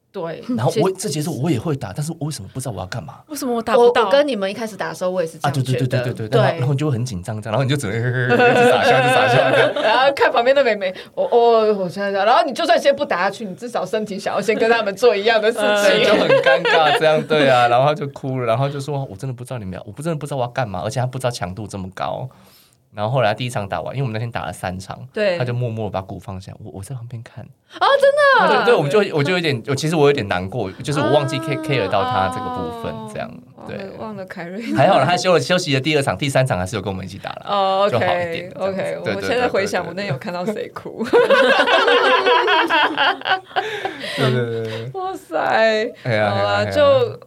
[SPEAKER 1] 对，
[SPEAKER 3] 然
[SPEAKER 1] 嗯
[SPEAKER 3] 后
[SPEAKER 1] 其实
[SPEAKER 3] 我这节奏我也会打，但是我为什么不知道我要干嘛？
[SPEAKER 4] 为什么我打不
[SPEAKER 1] 我
[SPEAKER 4] 到？
[SPEAKER 1] 我跟你们一开始打的时候，我也是这
[SPEAKER 3] 啊，
[SPEAKER 1] 样
[SPEAKER 3] 对
[SPEAKER 1] 觉
[SPEAKER 3] 对对对
[SPEAKER 1] 得，
[SPEAKER 3] 对对，然后然后你就会很紧张，这样，然后你就只能 一直傻笑，一直傻笑。
[SPEAKER 1] 然后看旁边的妹妹，我我我现在，然后你就算先不打下去，你至少身体想要先跟他们做一样的事
[SPEAKER 3] 所
[SPEAKER 1] 情
[SPEAKER 3] 以就。很尴尬，这样对啊，然后他就哭了，然后就说：“我真的不知道你们要，我不真的不知道我要干嘛，而且他不知道强度这么高。”然后后来他第一场打完，因为我们那天打了三场，
[SPEAKER 1] 对
[SPEAKER 3] 他就默默地把鼓放下，我我在旁边看，
[SPEAKER 1] 哦，真
[SPEAKER 3] 对
[SPEAKER 1] 的，
[SPEAKER 3] 对，我们就我就有点，我其实我有点难过，就是我忘
[SPEAKER 1] 啊
[SPEAKER 3] 记 care care 到他这个部分，这样
[SPEAKER 1] 忘
[SPEAKER 3] 对
[SPEAKER 1] 了，忘了凯 瑞。
[SPEAKER 3] 还好了，他休了休息的第二场、第三场还是有跟我们一起打了，
[SPEAKER 1] 哦
[SPEAKER 3] 就好一点
[SPEAKER 1] ，OK
[SPEAKER 3] 这
[SPEAKER 1] OK，
[SPEAKER 3] 样子对
[SPEAKER 1] 我
[SPEAKER 3] 对
[SPEAKER 1] 现在
[SPEAKER 3] 对
[SPEAKER 1] 回
[SPEAKER 3] 对
[SPEAKER 1] 想，
[SPEAKER 3] 对
[SPEAKER 1] 我那天有看到谁 哭？
[SPEAKER 3] 对对对，
[SPEAKER 1] 哇塞！
[SPEAKER 3] 哎
[SPEAKER 1] 嗯
[SPEAKER 3] 呀
[SPEAKER 1] 好
[SPEAKER 3] 哎
[SPEAKER 1] 啦，
[SPEAKER 3] 呀嗯
[SPEAKER 1] 就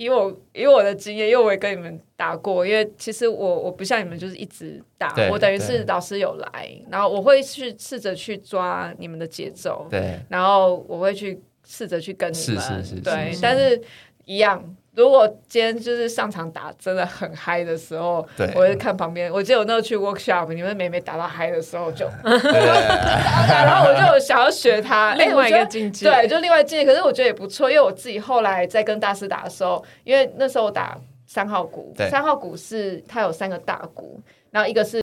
[SPEAKER 1] 以我以我的经验，因为我也跟你们打过，因为其实我我不像你们就是一直打
[SPEAKER 3] 对，
[SPEAKER 1] 我等于
[SPEAKER 3] 对
[SPEAKER 1] 是老师有来，然后我会去试着去抓你们的节奏，
[SPEAKER 3] 对
[SPEAKER 1] 然后我会去试着去跟你们，
[SPEAKER 3] 是是是是
[SPEAKER 1] 对，
[SPEAKER 3] 是
[SPEAKER 1] 但是一样。如果今天就是上场打真的很嗨的时候，
[SPEAKER 3] 对
[SPEAKER 1] 我会看旁边。我记得我那时候去 workshop，你们每每打到嗨的时候就， 然后我就有想要学他。哎
[SPEAKER 4] 另外
[SPEAKER 1] 我
[SPEAKER 4] 一个
[SPEAKER 1] 觉得
[SPEAKER 4] 境界
[SPEAKER 1] 对，就另外境界。可是我觉得也不错，因为我自己后来在跟大师打的时候，因为那时候我打三号鼓
[SPEAKER 3] 对，
[SPEAKER 1] 三号鼓是它有三个大鼓，然后一个是。